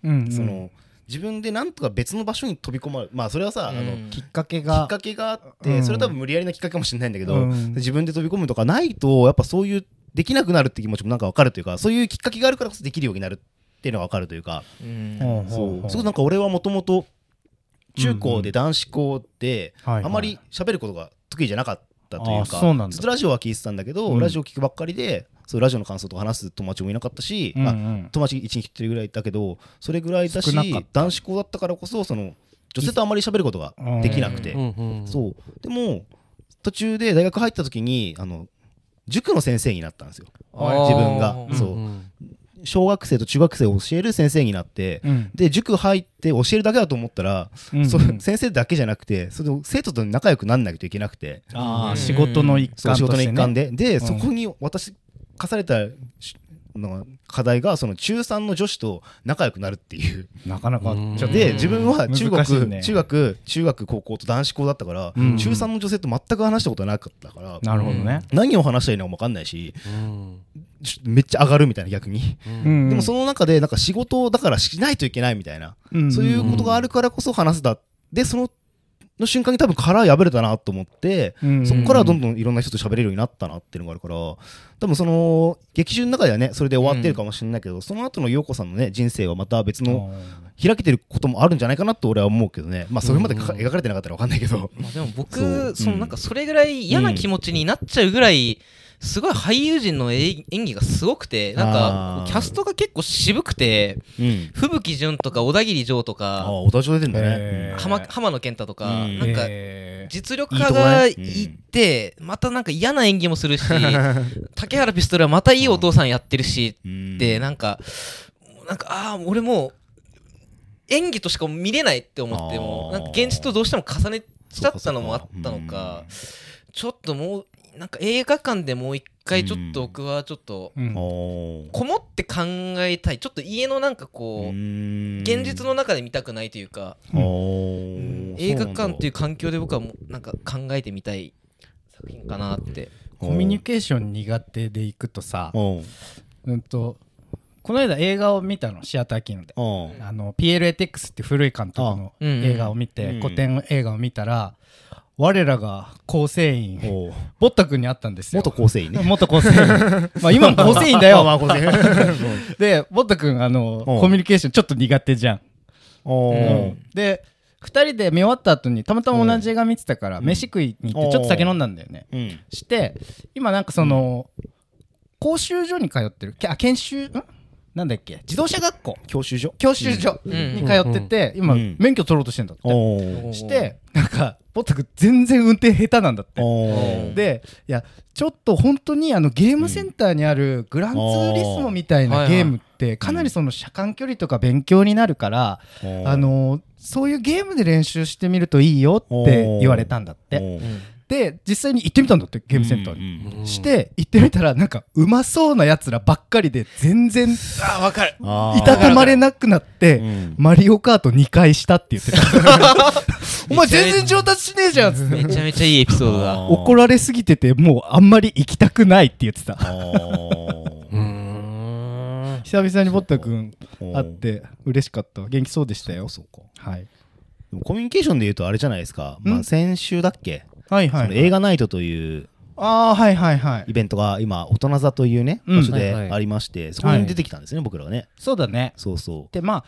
Speaker 1: うん
Speaker 2: そ
Speaker 1: うん
Speaker 2: の、自分でなんとか別の場所に飛び込まる。まあ、それはさ、あ
Speaker 4: う
Speaker 2: の、
Speaker 4: ん
Speaker 1: きっかけ
Speaker 2: きっ
Speaker 1: が
Speaker 2: かけがあっ
Speaker 1: う
Speaker 2: て、
Speaker 1: ん
Speaker 2: それは多分無理やりなきっかけかもしれないんだけど、
Speaker 1: うん
Speaker 2: 自分で飛び込むとかないとやっぱそういうできなくなるって気持ちもなんか分かるというかそういうきっかけがあるからこそできるようになるっていうのが分かるというか
Speaker 4: うん
Speaker 1: ほうほう
Speaker 2: そ
Speaker 1: ほ
Speaker 2: う
Speaker 1: う
Speaker 2: すごくなんか俺はもともと中高で男子校で
Speaker 1: はいはい
Speaker 2: あまり喋ることが得意じゃなかったという
Speaker 1: あ
Speaker 2: か
Speaker 1: そうなんだ
Speaker 2: ずっとラジオは聞いてたんだけど、
Speaker 1: うん
Speaker 2: ラジオ聞くばっかりでそうラジオの感想とか話す友達もいなかったし、
Speaker 1: うんう
Speaker 2: あ
Speaker 1: ん
Speaker 2: 友達1、2人ぐらいだけどそれぐらいだ
Speaker 1: 少
Speaker 2: し
Speaker 1: なかった
Speaker 2: 男子校だったからこそその女性とあまり喋ることができなくて、
Speaker 3: うんうん
Speaker 2: そうでも途中で大学入った時にあの塾の先生になったんですよ自分が
Speaker 4: あー
Speaker 2: そう小学生と中学生を教える先生になって、
Speaker 1: うん
Speaker 2: で塾入って教えるだけだと思ったら、
Speaker 1: うん
Speaker 2: その先生だけじゃなくてその生徒と仲良くなんなきゃいけなくて
Speaker 1: あ
Speaker 4: う
Speaker 1: あ
Speaker 4: ん
Speaker 1: 仕事の一
Speaker 2: そう
Speaker 1: 環
Speaker 2: 仕
Speaker 1: と
Speaker 2: 事
Speaker 1: し
Speaker 2: の
Speaker 1: て
Speaker 2: 一環
Speaker 1: ね
Speaker 2: で、で、
Speaker 1: ん
Speaker 2: そこに私課されたしの課題がその中3の女子と仲良くなるっていう
Speaker 1: なかなか
Speaker 3: うん
Speaker 1: ちょっと
Speaker 2: で自分は中
Speaker 1: 難しい
Speaker 2: 学、
Speaker 1: ね
Speaker 2: 中学中学高校と男子校だったから、
Speaker 1: うん
Speaker 2: 中3の女性と全く話したことなかったから
Speaker 1: なるほどね
Speaker 2: 何を話したらいいのかも分かんないし
Speaker 3: うん
Speaker 2: ちょめっちゃ上がるみたいな逆に、
Speaker 1: うん
Speaker 2: でもその中でなんか仕事をだからしないといけないみたいな、
Speaker 1: うん
Speaker 2: そういうことがあるからこそ話すだでそのの瞬間に多分殻破れたなと思って、
Speaker 1: うん
Speaker 2: そこからどんどんいろんな人と喋れるようになったなっていうのがあるから多分その劇中の中ではねそれで終わってるかもしれないけど、その後の陽子さんのね人生はまた別の、開けてることもあるんじゃないかなと俺は思うけどねまあそれまでか描かれてなかったら分かんないけど
Speaker 4: まあ、でも僕
Speaker 2: そ
Speaker 4: そう
Speaker 2: うん
Speaker 4: のなんかそれぐらい嫌な気持ちになっちゃうぐらい、すごい俳優陣の演演技がすごくてなん
Speaker 2: あ
Speaker 4: か
Speaker 2: ー
Speaker 4: キャストが結構渋くて
Speaker 2: うん
Speaker 4: 吹雪純とか小田切丈と
Speaker 2: ああ
Speaker 4: か
Speaker 2: 小田上出てんだ
Speaker 1: へ
Speaker 2: ね
Speaker 1: ー
Speaker 4: 浜浜野健太とか、
Speaker 2: うん
Speaker 4: なんか
Speaker 1: え
Speaker 4: 実力派が
Speaker 2: いい
Speaker 4: い
Speaker 2: とこねうん
Speaker 4: てまたなんか嫌な演技もす るし竹原ピストルはまたいいお父さんやってるし
Speaker 2: うん
Speaker 4: ってなんかなんかああ俺もう演技としか見れないって思ってもう
Speaker 2: あ
Speaker 4: な
Speaker 2: ー
Speaker 4: んか現実とどうしても重ねちゃったのもあったのかちょっともうなんか映画館でもう一回ちょっと
Speaker 2: うん
Speaker 4: 僕はちょっと
Speaker 1: ーう
Speaker 2: うん
Speaker 1: ん
Speaker 2: あー
Speaker 4: こもって考えたいちょっと家のなんかこう現実の
Speaker 2: あ
Speaker 4: 中で見たくないというか
Speaker 2: ー
Speaker 4: 映画館というう環境で僕はもうなんか考えてみたい作品かなって
Speaker 1: コミュニケーション苦手でいくとさ
Speaker 2: うん
Speaker 1: うんとこの間映画を見たのシアターキーノで
Speaker 2: うん
Speaker 1: あの PLATX って古い監督の
Speaker 4: あうんうん
Speaker 1: 映画を見て、
Speaker 2: うん
Speaker 1: 古典映画を見たら我らが構成員
Speaker 2: おー
Speaker 1: ぼったくんに会ったんですよ
Speaker 2: 元構成員ね
Speaker 1: 元構成員 まあ今も構成員だよ
Speaker 2: まあまあ構成員うん
Speaker 1: でぼったくんあの
Speaker 2: うん
Speaker 1: コミュニケーションちょっと苦手じゃん、
Speaker 2: おー
Speaker 1: うんで2人で見終わった後にたまたま同じ映画見てたから、
Speaker 2: うん
Speaker 1: 飯食いに行ってちょっと酒飲んだんだよね、
Speaker 2: うん
Speaker 1: して今なんかその、講習所に通ってるけあ研修んなんだっけ自動車学校
Speaker 2: 教習所
Speaker 1: 教習所
Speaker 4: うん
Speaker 1: に通ってて、今、
Speaker 2: うん
Speaker 1: 免許取ろうとしてんだって、
Speaker 2: お
Speaker 4: お
Speaker 2: ー
Speaker 4: ー
Speaker 1: してなんかぼったくん全然運転下手なんだって
Speaker 2: お
Speaker 4: ー
Speaker 2: ー
Speaker 1: でいやちょっと本当にあのゲームセンターにあるグランツーリスモみたい
Speaker 4: うんあ
Speaker 1: な
Speaker 4: ー
Speaker 1: ゲームってかなりその車間距離とか勉強になるから、あのそういうゲームで練習してみるといいよって言われたんだっ
Speaker 2: お
Speaker 1: て
Speaker 2: ー
Speaker 1: で実際に行ってみたんだってゲームセンターに。
Speaker 2: うんうん
Speaker 1: して行ってみたらなんかうまそうなやつらばっかりで全然い
Speaker 4: あわかる
Speaker 2: あー
Speaker 1: たたまれなくなって、
Speaker 2: うん
Speaker 1: マリオカート2回したって言 ってたお前全然上達しねえじゃんっつって
Speaker 4: めちゃめちゃいいエピソードだ
Speaker 1: 怒られすぎててもうあんまり行きたくないって言ってた
Speaker 2: あー
Speaker 3: うん
Speaker 1: 久々にぼったくん
Speaker 2: うん
Speaker 1: 会って嬉しかったわ元気そうでしたよはい、
Speaker 2: でもコミュニケーションで言うとあれじゃないですか、ま
Speaker 1: ん
Speaker 2: あ、先週だっけ、
Speaker 1: はいはい
Speaker 2: その映画ナイトという
Speaker 1: ああはいはいはい
Speaker 2: イベントが今大人座というね
Speaker 1: うん
Speaker 2: 場所で
Speaker 3: はいはい
Speaker 2: ありまして、そこに出てきたんですね、僕らはね
Speaker 1: そうだね
Speaker 2: そうそう
Speaker 1: でまあ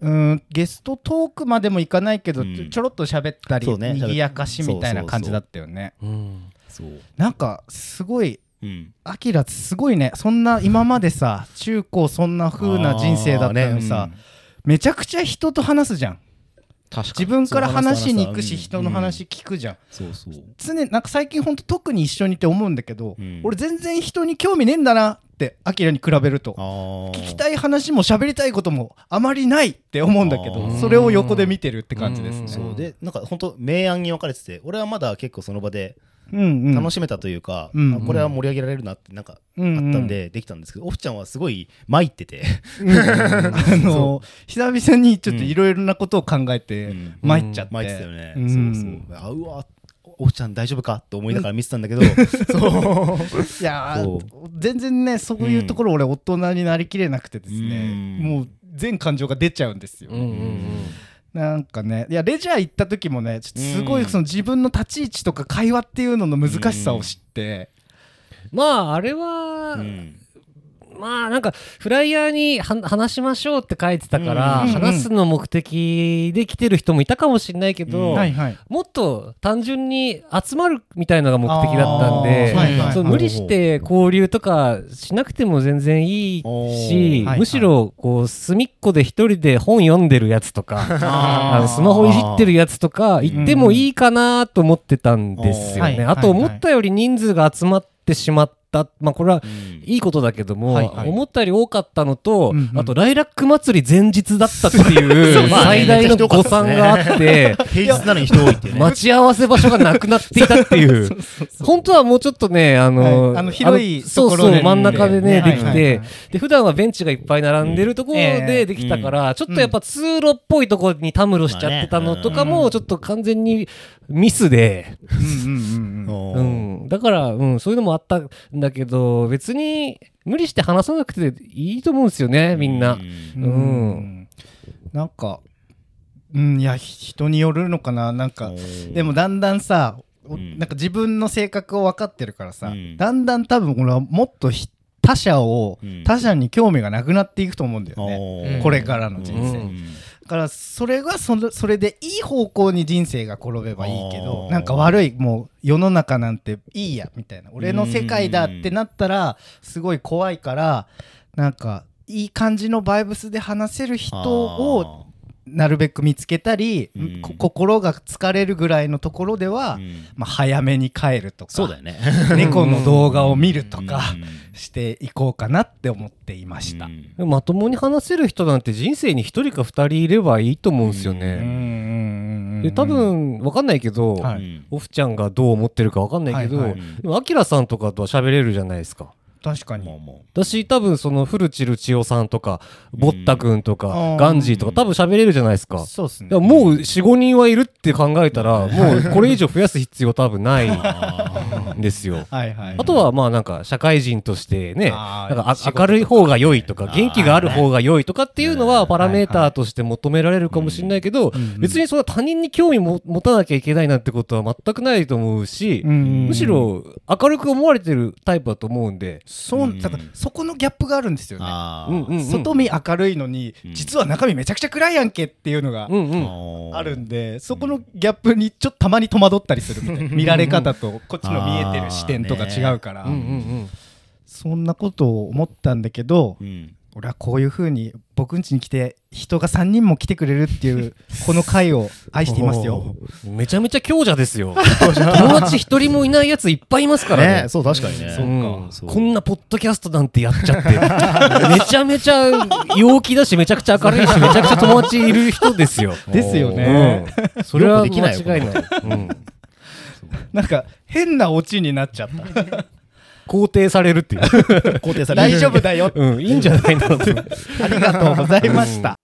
Speaker 1: うーんゲストトークまでもいかないけど、
Speaker 2: うん
Speaker 1: ちょろっと喋ったり
Speaker 2: そうね
Speaker 1: にぎやかしみたいな感じだったよね
Speaker 3: うん
Speaker 2: そう
Speaker 1: なんかすごい
Speaker 2: うん
Speaker 1: アキラすごいねそんな今までさ中高そんな風な人生だったのにさ、
Speaker 2: あーね
Speaker 1: めちゃくちゃ人と話すじゃん
Speaker 4: 確
Speaker 1: 自分から話しに行くし
Speaker 2: そう話す話す
Speaker 1: 人の話聞くじゃん、
Speaker 2: そうそう
Speaker 1: 常になんか最近ほんと特に一緒にって思うんだけど、
Speaker 2: うん
Speaker 1: 俺全然人に興味ねえんだなってアキラに比べると
Speaker 2: あ
Speaker 1: 聞き
Speaker 2: い
Speaker 1: たい話も喋りたいこともあまりないって思うんだけ
Speaker 2: あ
Speaker 1: ど
Speaker 2: ー
Speaker 1: それを横で見てるって感じですね
Speaker 2: そうでなんか本当明暗に分かれてて俺はまだ結構その場で
Speaker 1: うんうん
Speaker 2: 楽しめたというか、
Speaker 1: うん
Speaker 2: あこれは盛り上げられるなってなんか
Speaker 1: うんうん
Speaker 2: あったんでできたんですけど、オフちゃんはすごい参ってて、
Speaker 1: あ の久々にちょっといろいろなことを考えて
Speaker 2: うん
Speaker 1: 参っちゃって、
Speaker 2: 巻いてたよね、
Speaker 1: うん
Speaker 2: そうそうあうわおっちゃん大丈夫かって思いながら見てたんだけど、
Speaker 1: いやー
Speaker 2: そ
Speaker 1: 全然ねそういうところ俺大人になりきれなくてですね、
Speaker 2: うん
Speaker 1: もう全感情が出ちゃうんですよ、
Speaker 3: うんうん
Speaker 1: なんかねいやレジャー行った時もねちょっとすご
Speaker 2: う
Speaker 1: い
Speaker 2: ん
Speaker 1: その自分の立ち位置とか会話っていうのの難しさを知って、
Speaker 3: まああれは、
Speaker 2: うん
Speaker 3: まあなんかフライヤーには話しましょうって書いてたから、
Speaker 1: うんうんうん
Speaker 3: 話すの目的で来てる人もいたかもしれないけど、
Speaker 2: うん
Speaker 1: はいはい
Speaker 3: もっと単純に集まるみたいなのが目的だったんで、
Speaker 1: あーはいはい
Speaker 3: そう無理して交流とかしなくても全然いい
Speaker 2: お
Speaker 3: し、
Speaker 2: ー
Speaker 1: はい
Speaker 3: むしろこう隅っこで一人で本読んでるやつとか。あのスマホいじってるやつとか行ってもいいかなと思ってたんですよ
Speaker 2: うん
Speaker 1: はい
Speaker 3: ね。あと
Speaker 1: はいはい
Speaker 3: 思ったより人数が集まってしまった、まあ、これは
Speaker 2: うん
Speaker 3: いいことだけども、
Speaker 1: はいはい
Speaker 3: 思ったより多かったのと、
Speaker 1: うんうん
Speaker 3: あとライラック祭り前日だったって いう
Speaker 2: まあね
Speaker 3: 最大の誤算があって。
Speaker 2: 平日なのに人多いっていうね
Speaker 3: 待ち合わせ場所がなくなっていたっ ていう。本当はもうちょっとね、あの、
Speaker 1: はいあの広い
Speaker 3: そう
Speaker 1: とこ
Speaker 3: そ
Speaker 1: ろ
Speaker 3: う、
Speaker 1: でね
Speaker 3: 真ん中で
Speaker 1: ね
Speaker 3: ね、でき
Speaker 1: はいはい
Speaker 3: て
Speaker 1: はい、
Speaker 3: で、普段はベンチがいっぱい並んでるところ
Speaker 1: うんええ
Speaker 3: でできたから、ちょっとやっぱ通路っぽいところにたむろしちゃってたのとか
Speaker 1: まあねう
Speaker 3: も、
Speaker 1: ん
Speaker 3: ちょっと完全にミスで、
Speaker 1: うんうんうん
Speaker 2: お
Speaker 3: う
Speaker 2: ー
Speaker 3: ん。だから、うん、そういうのもあったんだけど、別に無理して話さなくていいと思うんですよね、みんな。
Speaker 1: う
Speaker 3: うんん
Speaker 1: なんかうんいやひ人によるのかななんかでもだんだんさお
Speaker 2: ん
Speaker 1: なんか自分の性格を分かってるからさ、
Speaker 2: うん
Speaker 1: だんだん多分俺はもっとひ他者を、
Speaker 2: うん
Speaker 1: 他者に興味がなくなっていくと思うんだよね、
Speaker 2: お
Speaker 4: う
Speaker 2: ー
Speaker 4: ん
Speaker 1: これからの人生、
Speaker 3: うん
Speaker 1: だからそれはそれそれでいい方向に人生が転べばいいけ
Speaker 2: あ
Speaker 1: ど
Speaker 2: ー
Speaker 1: なんか悪いもう世の中なんていいやみたいな俺の世界だってなったらすごい怖いからなんかいい感じのバイブスで話せる人をなるべく見つけたり、
Speaker 2: うん
Speaker 1: こ心が疲れるぐらいのところでは、
Speaker 2: あーうん
Speaker 1: まあ、早めに帰るとか
Speaker 2: そうだよね
Speaker 1: 猫の動画を見るとか
Speaker 2: うん
Speaker 1: していこうかなって思っていました。
Speaker 2: うん
Speaker 3: でもまともに話せる人なんて人生に一人か二人いればいいと思うんですよ
Speaker 1: う
Speaker 3: ね。
Speaker 1: んうんうんうん
Speaker 3: で多分わかんないけど、
Speaker 1: はい
Speaker 3: オフちゃんがどう思ってるかわかんないけど、
Speaker 1: はいはい
Speaker 3: でもアキラさんとかとは喋れるじゃないですか。
Speaker 1: 確か
Speaker 2: まあ
Speaker 1: に
Speaker 2: まあ
Speaker 3: 私多分そのフルチル千代さんとかボッタ君と
Speaker 1: う
Speaker 3: か、
Speaker 1: ん
Speaker 3: ガンジーとか多分喋れるじゃないですか。
Speaker 1: そうですね
Speaker 3: だからもう45人はいるって考えたら、もうこれ以上増やす必要多分ないんです よ。
Speaker 1: はいはい
Speaker 3: あとはまあなんか社会人としてね、
Speaker 1: あ
Speaker 3: な
Speaker 1: ー
Speaker 3: んか
Speaker 1: 仕
Speaker 3: あ
Speaker 1: 事
Speaker 3: 明るい方が良いとか
Speaker 2: あ、ー
Speaker 3: 元気がある方が良いとかっていうのはパラメーターとして求められるかもしれないけど
Speaker 1: うんうん、
Speaker 3: 別にそんな他人に興味も持たなきゃいけないなんてことは全くないと思うし、む
Speaker 1: む
Speaker 3: しろ明るく思われてるタイプだと思うんで、
Speaker 1: そう
Speaker 2: うん
Speaker 1: だからそこのギャップがあるんですよね
Speaker 2: あ
Speaker 3: うん
Speaker 2: ー
Speaker 3: うんうん
Speaker 1: 外見明るいのに
Speaker 2: うん
Speaker 1: 実は中身めちゃくちゃ暗いやんけっていうのが
Speaker 3: うんう
Speaker 2: あ
Speaker 3: ん。
Speaker 2: ー
Speaker 1: あるんでそこのギャップにちょっとたまに戸惑ったりするみたいな 見られ方とこっちの見えてる視点とか違うから
Speaker 3: うんうん
Speaker 1: そんなことを思ったんだけど
Speaker 2: うん
Speaker 1: 俺はこういうふうに僕ん家に来て人が3人も来てくれるって いうこの回を愛していますよ。
Speaker 3: うん、めちゃめちゃ強者ですよ友達一人もいないやついっぱいいますからね
Speaker 2: ねそう確かにね
Speaker 3: うん
Speaker 2: そう
Speaker 3: こんなポッドキャストなんてやっちゃって めちゃめちゃ陽気だしめちゃくちゃ明るいしめちゃくちゃ友達いる人ですよ、
Speaker 1: ですよね。
Speaker 3: うん、それ
Speaker 2: よ
Speaker 3: は
Speaker 2: くできな
Speaker 3: 間
Speaker 2: いよ
Speaker 3: 違いない、うん、
Speaker 1: なんか変なオチになっちゃっ た。
Speaker 3: 肯定されるっていう、
Speaker 2: 肯定される
Speaker 1: 大丈夫だよ。
Speaker 3: うん、いいんじゃないのと
Speaker 1: ありがとうございました。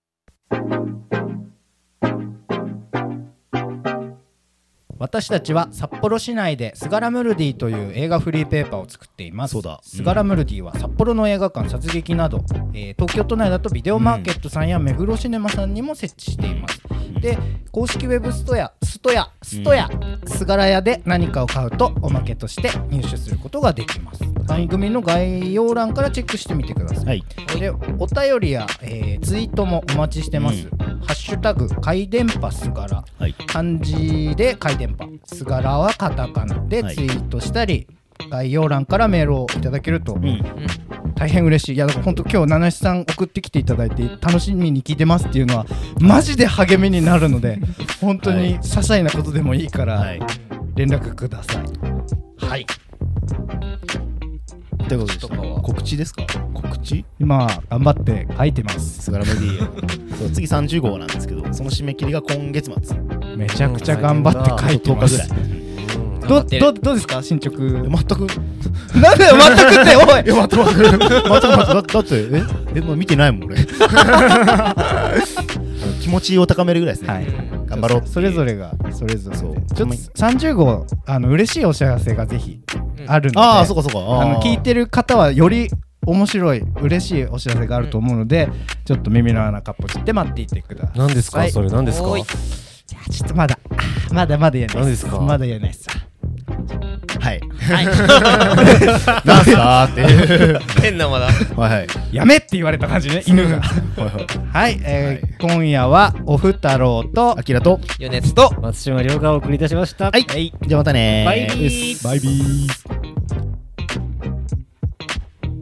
Speaker 1: 私たちは札幌市内でスガラムルディという映画フリーペーパーを作っています。
Speaker 2: そうだうん
Speaker 1: スガラムルディは札幌の映画館、殺撃など、えー東京都内だとビデオマーケットさんや目黒シネマさんにも設置しています。で、公式ウェブストやストやストやスガラ屋で何かを買うとおまけとして入手することができます。番組の概要欄からチェックしてみてください。
Speaker 2: はい
Speaker 1: でお便りや、えーツイートもお待ちしてます。ハッシュタグ回電波すがら
Speaker 2: はい
Speaker 1: 漢字で回電波すがらはカタカナで
Speaker 2: はい
Speaker 1: ツイートしたり、概要欄からメールをいただけると
Speaker 2: うん
Speaker 1: 大変嬉しい。いやだから本当今日七七さん送ってきていただいて楽しみに聞いてますっていうのはマジで励みになるので本当
Speaker 2: はい
Speaker 1: に些細なことでもいいから、
Speaker 2: はい
Speaker 1: 連絡ください。はい。
Speaker 2: ということでした告知ですか告知
Speaker 1: 今頑張って書いてます。
Speaker 2: スガラムディそう次30号なんですけどその締め切りが今月末
Speaker 1: めちゃくちゃ頑張って書いて
Speaker 2: 10
Speaker 1: ま
Speaker 2: 日ぐら
Speaker 1: す
Speaker 2: い。
Speaker 1: どどどうですか進捗
Speaker 2: 全く
Speaker 1: なんだよ全くっておい
Speaker 2: いや、 待って待って待って待って待ってだだって、え、え、まあ、見てないもん、俺。気持ちを高めるぐらいですね。
Speaker 1: はい
Speaker 2: 頑張ろうっていう
Speaker 1: それぞれがそれぞれで
Speaker 2: そう
Speaker 1: ちょっと30号あの嬉しいお知らせがぜひ
Speaker 4: うん
Speaker 1: あるので、
Speaker 2: ああ、そうかそうか。あ
Speaker 1: あ
Speaker 2: ー
Speaker 1: の聞いてる方はより面白い嬉しいお知らせがあると思うので、ちょっと耳の穴かっぽちって待っていてください
Speaker 3: 何ですかそれ何ですか
Speaker 4: おい
Speaker 1: じゃあちょっとまだあーまだまだ言えない
Speaker 3: 何ですか
Speaker 1: まだ言えないです
Speaker 2: はい。はい。 なんすか ーって。
Speaker 4: 変なまだ
Speaker 2: はいはい。
Speaker 1: やめって言われた感じね犬が
Speaker 2: はいはい。
Speaker 1: はい、えー今夜はおふ太郎と
Speaker 2: あきらと。
Speaker 4: 余熱と
Speaker 3: 松島亮がお送りいたしました
Speaker 2: はい。じゃあまたねー。
Speaker 3: バイビー
Speaker 2: バイビー。